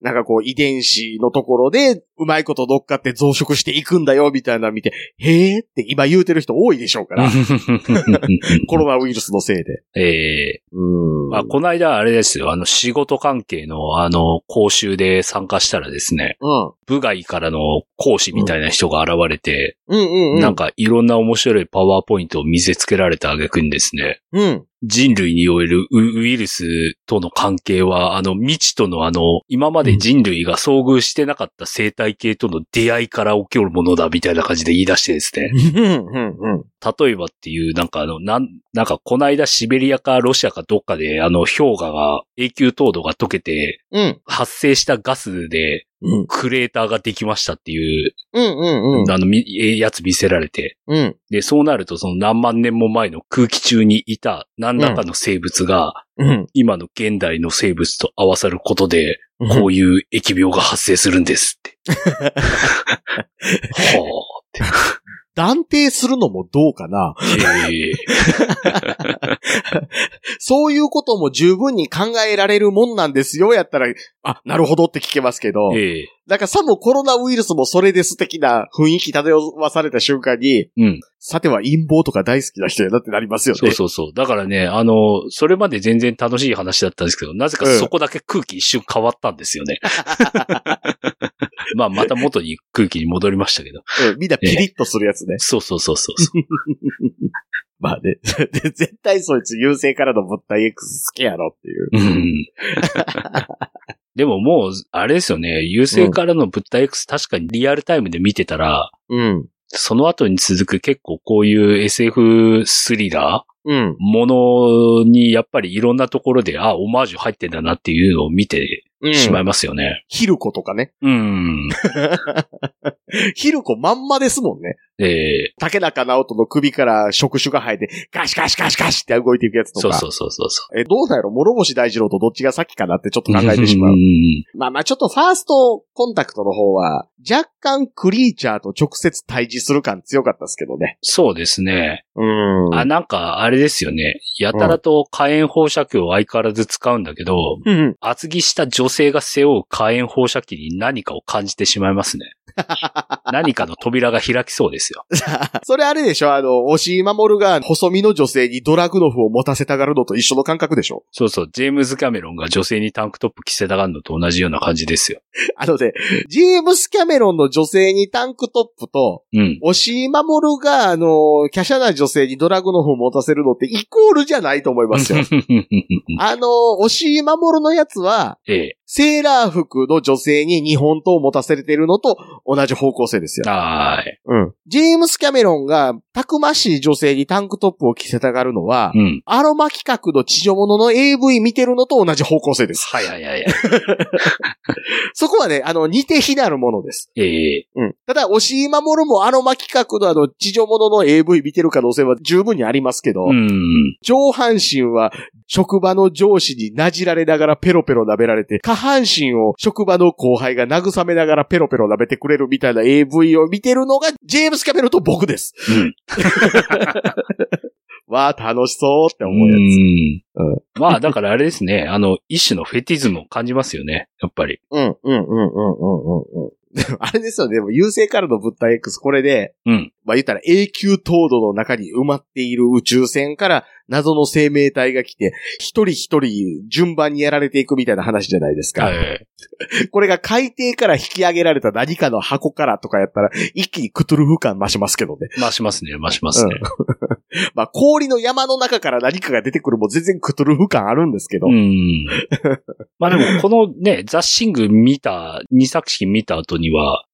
なんかこう、遺伝子のところで、うまいこと乗っかって増殖していくんだよ、みたいなの見て、へえって今言うてる人多いでしょうから。 コロナウイルスのせいで。
ええ
うん
まあ、この間あれですよ、あの、仕事関係の、あの、講習で参加したらですね、
うん。
部外からの講師みたいな人が現れて、
うんうんうん。
なんかいろんな面白いパワーポイントを見せつけられた挙句にですね、
うん。
人類においるウウイルスとの関係は、あの、未知とのあの、今まで人類が遭遇してなかった生態系との出会いから起きるものだ、みたいな感じで言い出してですね。
うんうんうん。
例えばっていう、なんかあの、なん、なんかこないだシベリアかロシアかどっかで、あの、氷河が、永久凍土が溶けて、
うん。
発生したガスで、
うん。
クレーターができましたっていう、
うんうんうん。
あの、みえやつ見せられて。
うん。
で、そうなると、その何万年も前の空気中にいた何らかの生物が、
うん。
今の現代の生物と合わさることで、こ
こ
ういう疫病が発生するんです って。は
断定するのもどうかな。
あ、へえ
そういうことも十分に考えられるもんなんですよ、やったら、あ、なるほどって聞けますけど、
ええ
なんかさもコロナウイルスもそれです的な雰囲気漂わされた瞬間に、
うん。
さては陰謀とか大好きな人やなってなりますよね。
そうそうそう。だからね、あの、それまで全然楽しい話だったんですけど、なぜかそこだけ空気一瞬変わったんですよね。 まあ、また元に空気に戻りましたけど。
うんみんなピリッとするや つね。
そうそうそうそうそう。
まあね。で、 絶対そいつ優勢からの物体 X 好きやろって いう。
うんでももう、あれですよね、優勢からの物体 X 確かにリアルタイムで見てたら、
うん。
その後に続く結構こういう SF スリラー
うん。
ものにやっぱりいろんなところで、あ、オマージュ入ってんだなっていうのを見て
うん。
しまいますよね。
ヒルコとかね。
うん。
ヒルコまんまですもんね。
ええ
竹中直人の首から触手が生えて、ガシガシガシガシって動いていくやつと
そう
か。
そうそうそうそ
え、どうなんやろ諸星大二郎とどっちが先かなってちょっと
う。
考えてしまう。
ん
まあまあちょっとファーストコンタクトの方は、若干クリーチャーと直接対峙する感強かったですけどね。
そうですね。
うん
あ、なんか、あれですよね。やたらと火炎放射器を相変わらず使うんだけど、
うん。
厚着した女性が背負う火炎放射器に何かを感じてしまいますね。 何かの扉が開きそうですよ。
それあれでしょあの、押井守が細身の女性にドラグノフを持たせたがるのと一緒の感覚でしょ
そうそう、ジェームズ・キャメロンが女性にタンクトップ着せたがるのと同じような感じですよ。
あのね、ジェームス・キャメロンの女性にタンクトップと、
うん。。
押井守が、あの、華奢な女性にドラグノフを持たせるのってイコールじゃないと思いますよあの、押井守のやつは、
ええ。
セーラー服の女性に日本刀を持たせてるのと同じ方向性ですよ。
はーい。
うん。ジェームス・キャメロンがたくましい女性にタンクトップを着せたがるのは、
うん。
アロマ企画の地上物の AV 見てるのと同じ方向性です。
はいはいはい。
そこはね、あの、似て非なるものです。
ええ
うん。ただ、押井守もアロマ企画のあの、地上物の AV 見てる可能性は十分にありますけど、
うん。
上半身は職場の上司になじられながらペロペロ舐められて、下半身を職場の後輩が慰めながらペロペロ舐めてくれるみたいな AV を見てるのがジェームス・キャメロンと僕です。
うん。
わあ、楽しそうって思う
う
やつ。
ん
うん
まあ、だからあれですね。あの、一種のフェティズムを感じますよね。やっぱり。
うん、うん、うん、うん、うん、 うん。でもあれですよね、でも、優勢からの物体 X、これで、
うん。
まあ言ったら永久凍土の中に埋まっている宇宙船から謎の生命体が来て、一人一人順番にやられていくみたいな話じゃないですか。
はい。
これが海底から引き上げられた何かの箱からとかやったら、一気にクトゥルフ感増しますけどね。
まあ、しますね。まあ、しますね。
まあ、氷の山の中から何かが出てくるも全然クトゥルフ感あるんですけど。
う
う ん。
ん。まあ、でも、このね、ザッシング見た、二作品見た後には、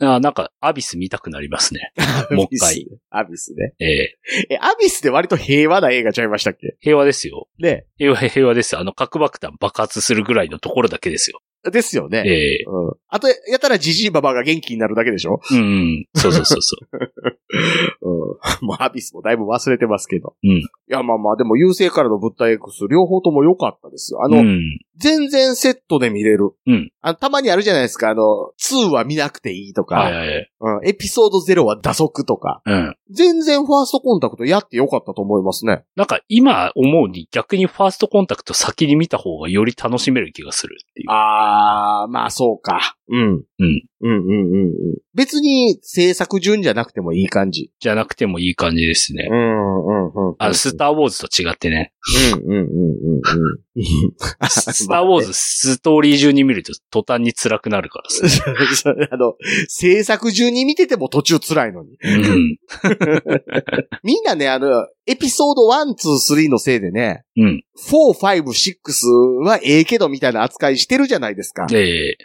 あなんか、アビス見たくなりますね。もう一回。
アビスね。
ええ
え、アビスって割と平和な映画ちゃいましたっけ
平和ですよ。
ね。
平和、平和です。あの、核爆弾爆発するぐらいのところだけですよ。
ですよね。
ええ
うん。あと、やったらジジイババアが元気になるだけでしょ
うん。そうそうそうそう。
うん。 もうアビスもだいぶ忘れてますけど。
うん
いや、まあまあ、でも、優勢からの物体 X、両方とも良かった ですよ。あの、
うん。
全然セットで見れる。
うん
あのたまにあるじゃないですか、あの、2は見なくていいとか、
はいはいはい。
うん、エピソード0は打足とか。
うん。
全然ファーストコンタクトやってよかったと思いますね。
なんか今思うに逆にファーストコンタクト先に見た方がより楽しめる気がするっていう。
あー、まあそうか。うん。
うん。
うんうんうんうん。別に制作順じゃなくてもいい感じ。
じゃなくてもいい感じですね。
んうんうん、うん。
あの、スターウォーズと違って ね。
うんうんうんうんうん。
スターウォーズストーリー中に見ると途端に辛くなるから さ。
あの、制作順に見てても途中辛いのに。
うん。
みんなね、あの、エピソード1、2、3のせいでね、
うん。
4、5、6はええけどみたいな扱いしてるじゃないですか。
ええ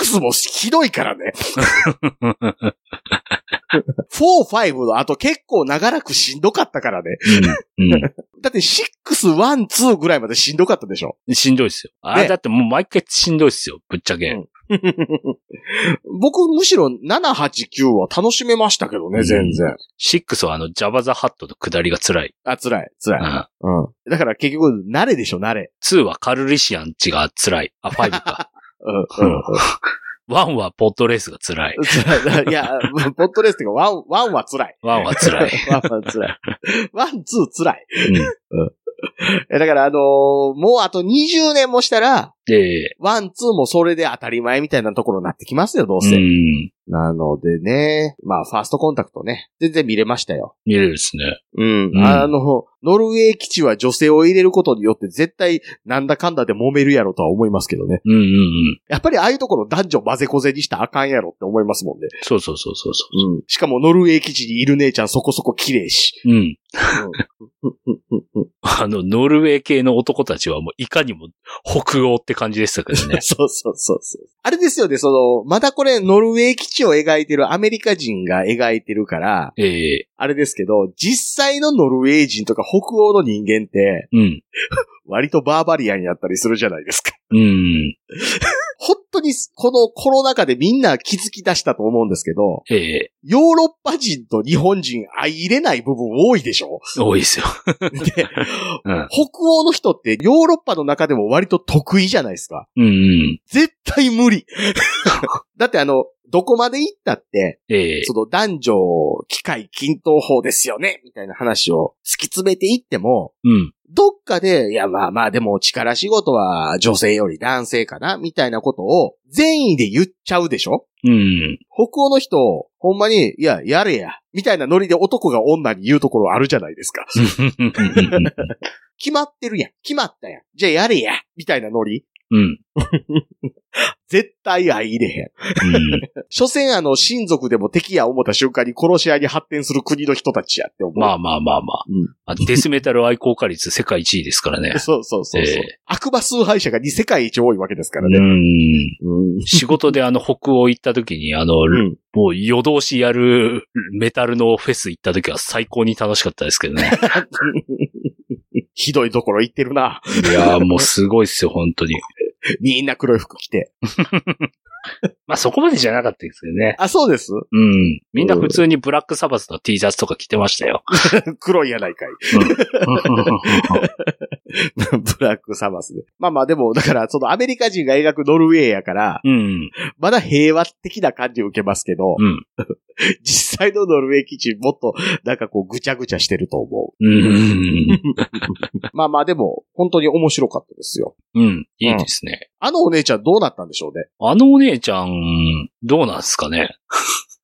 6もひどいからね。 4、5の後結構長らくしんどかったからね。
うん。う
だって6、1、2ぐらいまでしんどかったで しょ。
ん。しんどいっすよ。あ
ね
れだってもう毎回しんどいっすよ、ぶっちゃけ。
うん僕むしろ7、8、9は楽しめましたけどね、全然。
6はあの、ジャバザハットの下りが辛い。
あ、辛い、
う
辛
ん。
い。うん。だから結局、慣れでしょ、慣れ。
2はカルリシアンチが辛い。あ、5か。
うん、
1はポットレースが辛い。
うん。いや、ポットレースっていうか、ワン、ワンは辛い。
1は辛い。
ワンは辛 い。ワン、ツー辛い。
うん
えだから、あのーもうあと20年もしたら、
で、
ワン、ツーもそれで当たり前みたいなところになってきますよ、どう
う
せ。
ん。
なのでね、まあ、ファーストコンタクトね、全然見れましたよ。
見れるですね。
うん
うん
あの、ノルウェー基地は女性を入れることによって絶対なんだかんだで揉めるやろとは思いますけどね。
うんうんうん。
やっぱりああいうところ男女混ぜこぜにしたらあかんやろって思いますもんね。
そうそうそうそうそ
うん。しかもノルウェー基地にいる姉ちゃんそこそこ綺麗し。
う。うん。
うんうんうんうん。
あの、ノルウェー系の男たちはもういかにも北欧って感じでしたけどね
そうそうそうそう。あれですよね、その、まだこれノルウェー基地を描いてるアメリカ人が描いてるから、
ええ
あれですけど、実際のノルウェー人とか北欧の人間って、
うん。
割とバーバリアンやったりするじゃないですか。
うん。
本当にこのコロナ禍でみんな気づき出したと思うんですけど、
ええ
ヨーロッパ人と日本人相入れない部分多いで しょ
多いですよ。
で、
うん。
北欧の人ってヨーロッパの中でも割と得意じゃないですか。
うんうん。
絶対 無理。だってあの、どこまで行ったって、
ええ
その男女機械均等法ですよね、みたいな話を突き詰めていっても、
うん。
どっかで、いやまあまあでも力仕事は女性より男性かな、みたいなことを善意で言っちゃうでしょ
うん。
北欧の人、ほんまに、いや、やれや、みたいなノリで男が女に言うところあるじゃないですか。決まってるやん。決まったやん。じゃあやれや、みたいなノリ。
うん。
絶対相入れへん。
うん。
所詮あの、親族でも敵や思った瞬間に殺し合いに発展する国の人たちやって思う。
まあまあまあまあ
うん。
あデスメタル愛好家率世界一位ですからね。
そうそうそうそう、
え
悪魔崇拝者が2世界一多いわけですから
う
ね。
ん。
うん。
仕事であの北欧行った時 に、あの、
うん。
もう夜通しやるメタルのフェス行った時は最高に楽しかったですけど ね。
ひどいところ行ってるな。
いやーもうすごいっすよ、本当に。
みんな黒い服着て。
まあそこまでじゃなかったですよね。
あ、そうです。
うん。みんな普通にブラックサバスの T シャツとか着てました よ。
黒いやないか い。ブラックサマスで。まあまあでも、だから、そのアメリカ人が描くノルウェーやから、
うん。
まだ平和的な感じを受けますけど、
うん。
実際のノルウェー基地もっと、なんかこう、ぐちゃぐちゃしてると思う。
うん。
まあまあでも、本当に面白かったですよ。
うん。いいですね。
あのお姉ちゃんどうなったんでしょうね。
あのお姉ちゃん、どうなんすかね。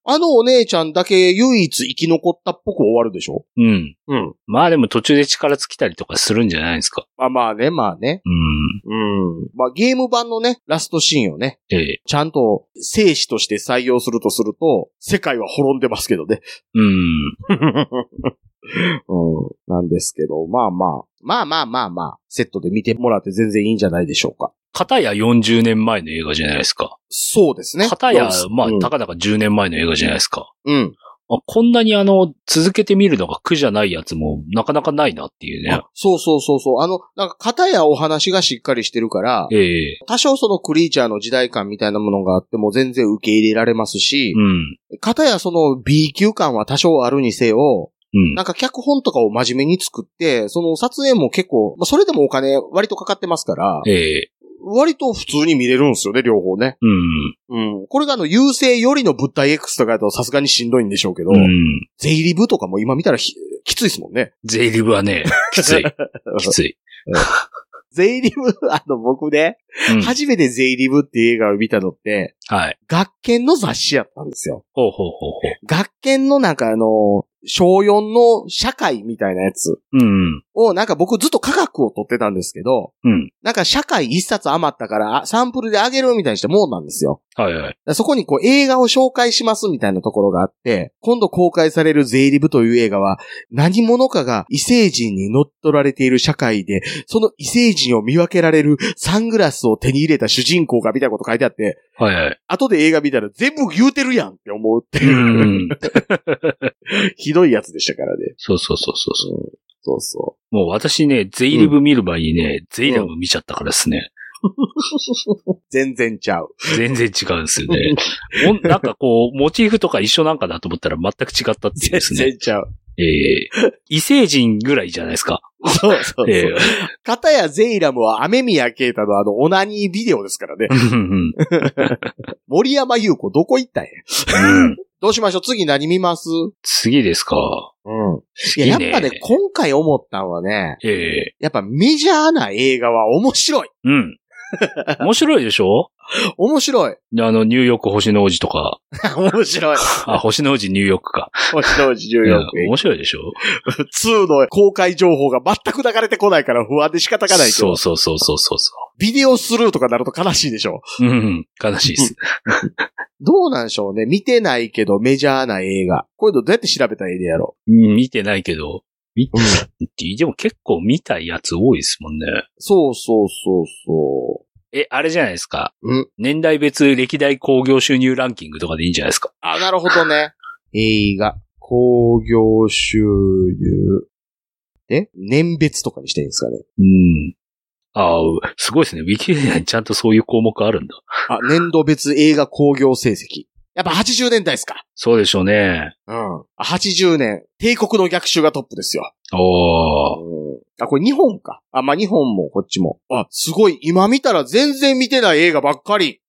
あのお姉ちゃんだけ唯一生き残ったっぽく終わるでしょ
うん。
うん。
まあでも途中で力尽きたりとかするんじゃないですか。
まあまあね、まあね。
うん。
うん。まあゲーム版のね、ラストシーンをね、
ええ。
ちゃんと生死として採用するとすると、世界は滅んでますけどね。
うん。
うん、なんですけど、まあまあ、まあまあまあまあ、セットで見てもらって全然いいんじゃないでしょうか。
片や40年前の映画じゃないですか。
そうですね。
片や
う、ん
まあ
うん、
たかだか10年前の映画じゃないですか。
うん。
あこんなにあの、続けてみるのが苦じゃないやつもなかなかないなっていうね
あ。そうそうそうそう。あの、なんか、片やお話がしっかりしてるから、
ええ。
多少そのクリーチャーの時代感みたいなものがあっても全然受け入れられますし
う、ん。
片やその B 級感は多少あるにせよ、
うん。
なんか脚本とかを真面目に作って、その撮影も結構、まあ、それでもお金割とかかってますから、
ええ。
割と普通に見れるんですよね、両方ね。
うん。
うん。これがあの、優勢よりの物体 X とかだとさすがにしんどいんでしょうけど、
うん。
ゼイリブとかも今見たらひきついですもんね。
税リブはね、き つい。きつい。
ゼイリブ、あの、僕ね、
うん
初めてゼイリブっていう映画を見たのって、
はい。
学研の雑誌やったんですよ。
ほうほうほうほ
学研のなんかあの、小4の社会みたいなやつ
うん。
を、なんか僕ずっと科学を取ってたんですけど、
うん。
なんか社会一冊余ったから、あサンプルであげるみたいにしてもうなんですよ。
はいはい。
だからそこにこう映画を紹介しますみたいなところがあって、今度公開される税理部という映画は、何者かが異星人に乗っ取られている社会で、その異星人を見分けられるサングラスを手に入れた主人公がみたいなこと書いてあって、
はい はい。
後で映画見たら全部言うてるやんって思うって
う
いう、
ん。
ひどいやつでしたからね。
そうそうそうそうそう。
そうそ
もう私ね、ゼイリブ見る前にね、ゼイラブ見ちゃったからですね。
う。全然ちゃう。
全然違うんですよね。ほんなんかこう、モチーフとか一緒なんかなと思ったら全く違ったっていうです
全
ね。
然ちゃう。
えー異星人ぐらいじゃないですか。
そうそうそう。
えー
かたやゼイラムは雨宮啓太のあの、オナニービデオですからね。
うん
森山優子どこ行ったんや
うんうん
どうしましょう次何見ます
次ですか。
うん。いや、やっぱね、今回思ったんはね、
ええ
やっぱメジャーな映画は面白い。
うん。面白いでしょ
面白い。
あの、ニューヨーク星の王子とか。
面白い。
あ、星の王子ニューヨークか。
星の王子
いや
14
面白いでしょ
2の公開情報が全く流れてこないから不安で仕方がないけ
そ
ど
う、そうそうそうそうそ
ビデオスルーとかなると悲しいでしょ。
う。うん。悲しいです。
どうなんでしょうね。見てないけどメジャーな映画。こういうのどうやって調べたらいいでやろ
うん見てないけど。見
う。
でも結構見たやつ多いですもんね。
そうそうそうそ
え、あれじゃないですか。
う。ん
年代別歴代興行収入ランキングとかでいいんじゃないですか。
あ、なるほどね。映画。興行収入。え年別とかにしていいんですかね。
うん。ああ、すごいですね。ウィキペディアにちゃんとそういう項目あるんだ。
あ、年度別映画興行成績。やっぱ80年代ですか
そうでしょうね。
うん。80年、帝国の逆襲がトップですよ。
おー。
うんあ、これ日本か。あ、まあ、日本もこっちも。あ、すごい。今見たら全然見てない映画ばっか り。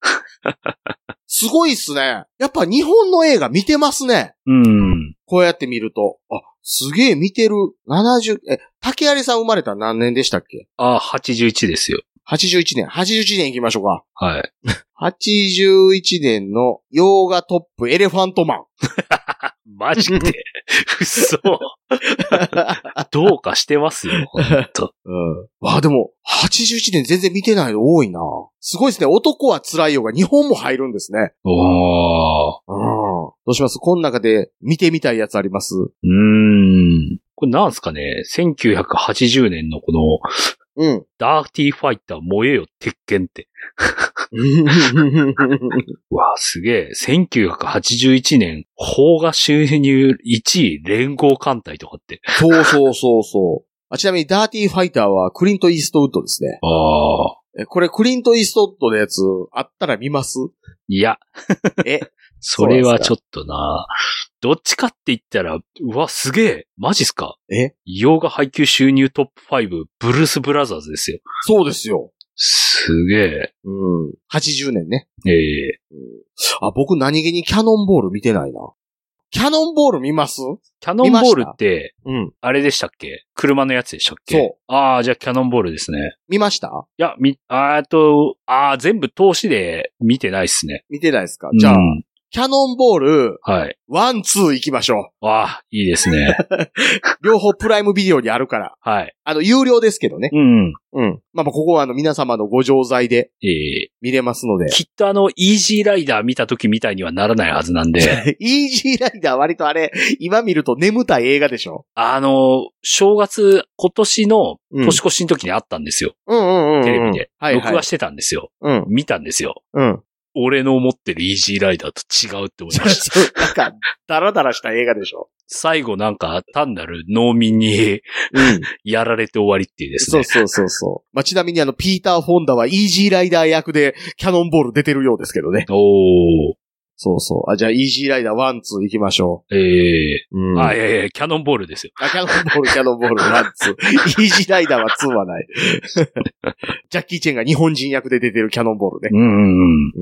すごいっすね。やっぱ日本の映画見てますね。
うん。
こうやって見ると。あ、すげえ見てる。70、え、竹有さん生まれたの何年でしたっけ
ああ、81ですよ。
?81 年。81年行きましょうか。
はい。
81年の洋画トップエレファントマン。
マジ で。嘘。どうかしてますよ、ほん と。
うん。わあ、でも、81年全然見てないの多いな。すごいですね。男は辛いよが日本も入るんですね。
おー。
うん。どうしますこの中で見てみたいやつあります
うーん。これなんすかね。1980年のこの、
うん。
ダーティーファイター燃えよ、鉄拳って。うわあ、すげえ。1981年、邦画収入1位連合艦隊とかって。
そうそうそうそう。あちなみに、ダーティーファイターはクリント・イーストウッドですね。
ああ。
えこれ、クリント・イーストウッドのやつ、あったら見ます
い や。
え
それはちょっとな。どっちかって言ったら、うわ、すげえ。マジっすか
え
洋画配給収入トップ5、ブルース・ブラザーズですよ。
そうですよ。
すげえ。
うん。80年ね。
ええ
あ、僕何気にキャノンボール見てないな。キャノンボール見ます
キャノンボールって、
うん。
あれでしたっけ車のやつでしたっけ。
そう
ああ、じゃあキャノンボールですね。
見ました
いや、み、あーっと、ああ、全部投資で見てないっすね。
見てないですかじゃあ、
うん
キャノンボール、
はい。
ワン、ツー行きましょ
ああ、いいですね。
う。両方プライムビデオにあるから。
はい。
あの、有料ですけどね。
うん。
うん。まあまあ、ここはあの、皆様のご常在で
ええ
見れますので。
きっとあの、イージーライダー見た時みたいにはならないはずなんで、
イージーライダー割とあれ、今見ると眠たい映画でしょ
あの、正月、今年の
うん
年越しの時にあったんですよ。
うんうんうんうん。
テレビで。
はい
録
は
画
い。
してたんですよ。
うん。
見たんですよ。
うん。
俺の思ってるイージーライダーと違うって思いました。
そう、なんか、ダラダラした映画でしょ
最後なんか単なる農民に
うん。
やられて終わりっていうです
そう
ね。
そうそうそう。まあ、ちなみにあの、ピーター・フォンダはイージーライダー役でキャノンボール出てるようですけどね。
おー。
そうそう。あ、じゃあ、イージーライダーワン、ツー行きましょ
ええ
う。うん
あ、いやいや、キャノンボールですよ。
あ、キャノンボール、キャノンボール、ワン、ツー。イージーライダーはツーはない。 ジャッキー・チェンが日本人役で出てるキャノンボールね。
うんうんうん。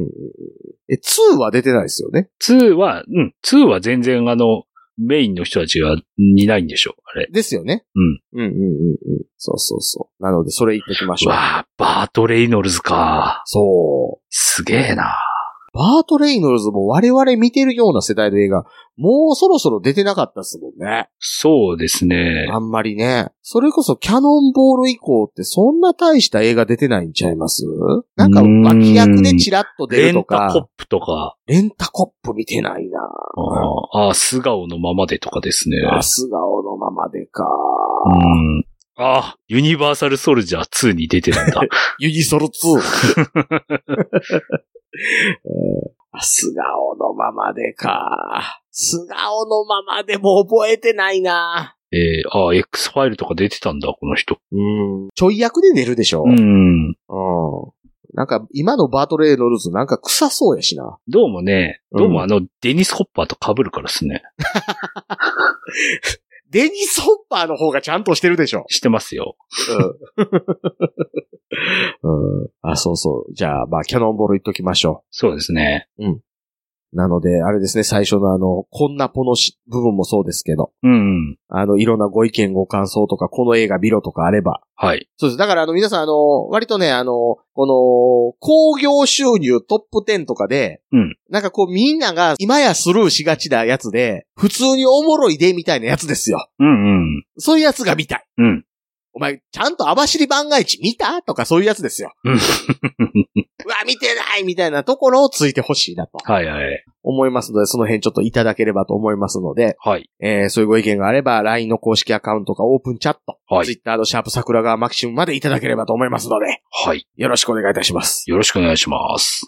え、ツーは出てないですよね。
2は、うん、2は全然あの、メインの人たちがいないんでしょう、あれ。
ですよね。
うん。
うんうんうんうん。そうそうそう。なので、それ言ってきましょう。
わあ、バート・レイノルズか。
そ
すげえな。
バート・レイノルズも我々見てるような世代の映画、もうそろそろ出てなかったっすもんね。
そうですね。
あんまりね。それこそキャノンボール以降ってそんな大した映画出てないんちゃいますなんか脇役でチラッと出
レ
ると
ンタポッ
か、
プとか、
レンタコップ見てないな
ああ、素顔のままでとかですね。
あ素顔のままでか
うん。あ、ユニバーサルソルジャー2に出て るんだ。
ユニソル2。うん 素顔のままでか素顔のままでも覚えてないな
えー、あ、X ファイルとか出てたんだ、この人。
うん。ちょい役で出るでしょ
うん。
うん。なんか、今のバートレイノルズなんか臭そうやしな。
どうもね、
うん
どうもあの、デニス・ホッパーと被るからですね。
デニス・ホッパーの方がちゃんとしてるでしょ。
してますよ。
うん。あ、そうそう。じゃあ、まあ、キャノンボールいっときましょ
そうですね。
う。なので、あれですね、最初のあの、こんなポのし部分もそうですけど、
うん。
あの、いろんなご意見、ご感想とか、この映画見ろとかあれば。
はい。
そうです。だから、あの、皆さん、あの、割とね、あの、この、興行収入トップ10とかで、
うん
なんかこう、みんなが今やスルーしがちなやつで、普通におもろいで、みたいなやつですよ。
うんうん。
そういうやつが見たい。
うん。
お前、ちゃんと網走番外地見たとか そういうやつですよ。
うん
うわ、見てないみたいなところをついてほしいなと
はいはい。
思いますので、その辺ちょっといただければと思いますので、
はい。
えー、そういうご意見があれば、LINE の公式アカウントかオープンチャット、
は
ツイ
い。
ッターのシャープ桜川マキシムまでいただければと思いますので、
はい。
よろしくお願いいたします。
よろしくお願いします。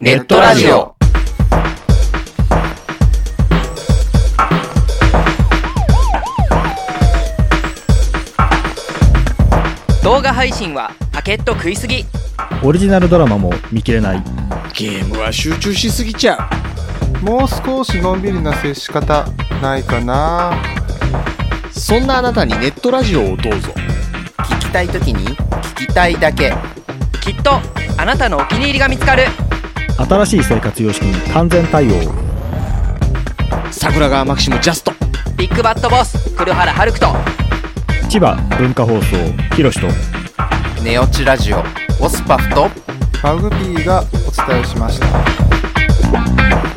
ネットラジオ。
動画配信はパケット食いすぎ
オリジナルドラマも見切れない
ゲームは集中しすぎちゃう。
もう少しのんびりな接し方ないかな
そんなあなたにネットラジオをどうぞ。
聞きたいときに聞きたいだけ。
きっとあなたのお気に入りが見つかる
新しい生活様式に完全対応
桜川マキシムジャスト。
ビッグバットボス黒原遥人
千葉文化放送ひろしと
ネオチラジオ。オスパフと
マグピーがお伝えしました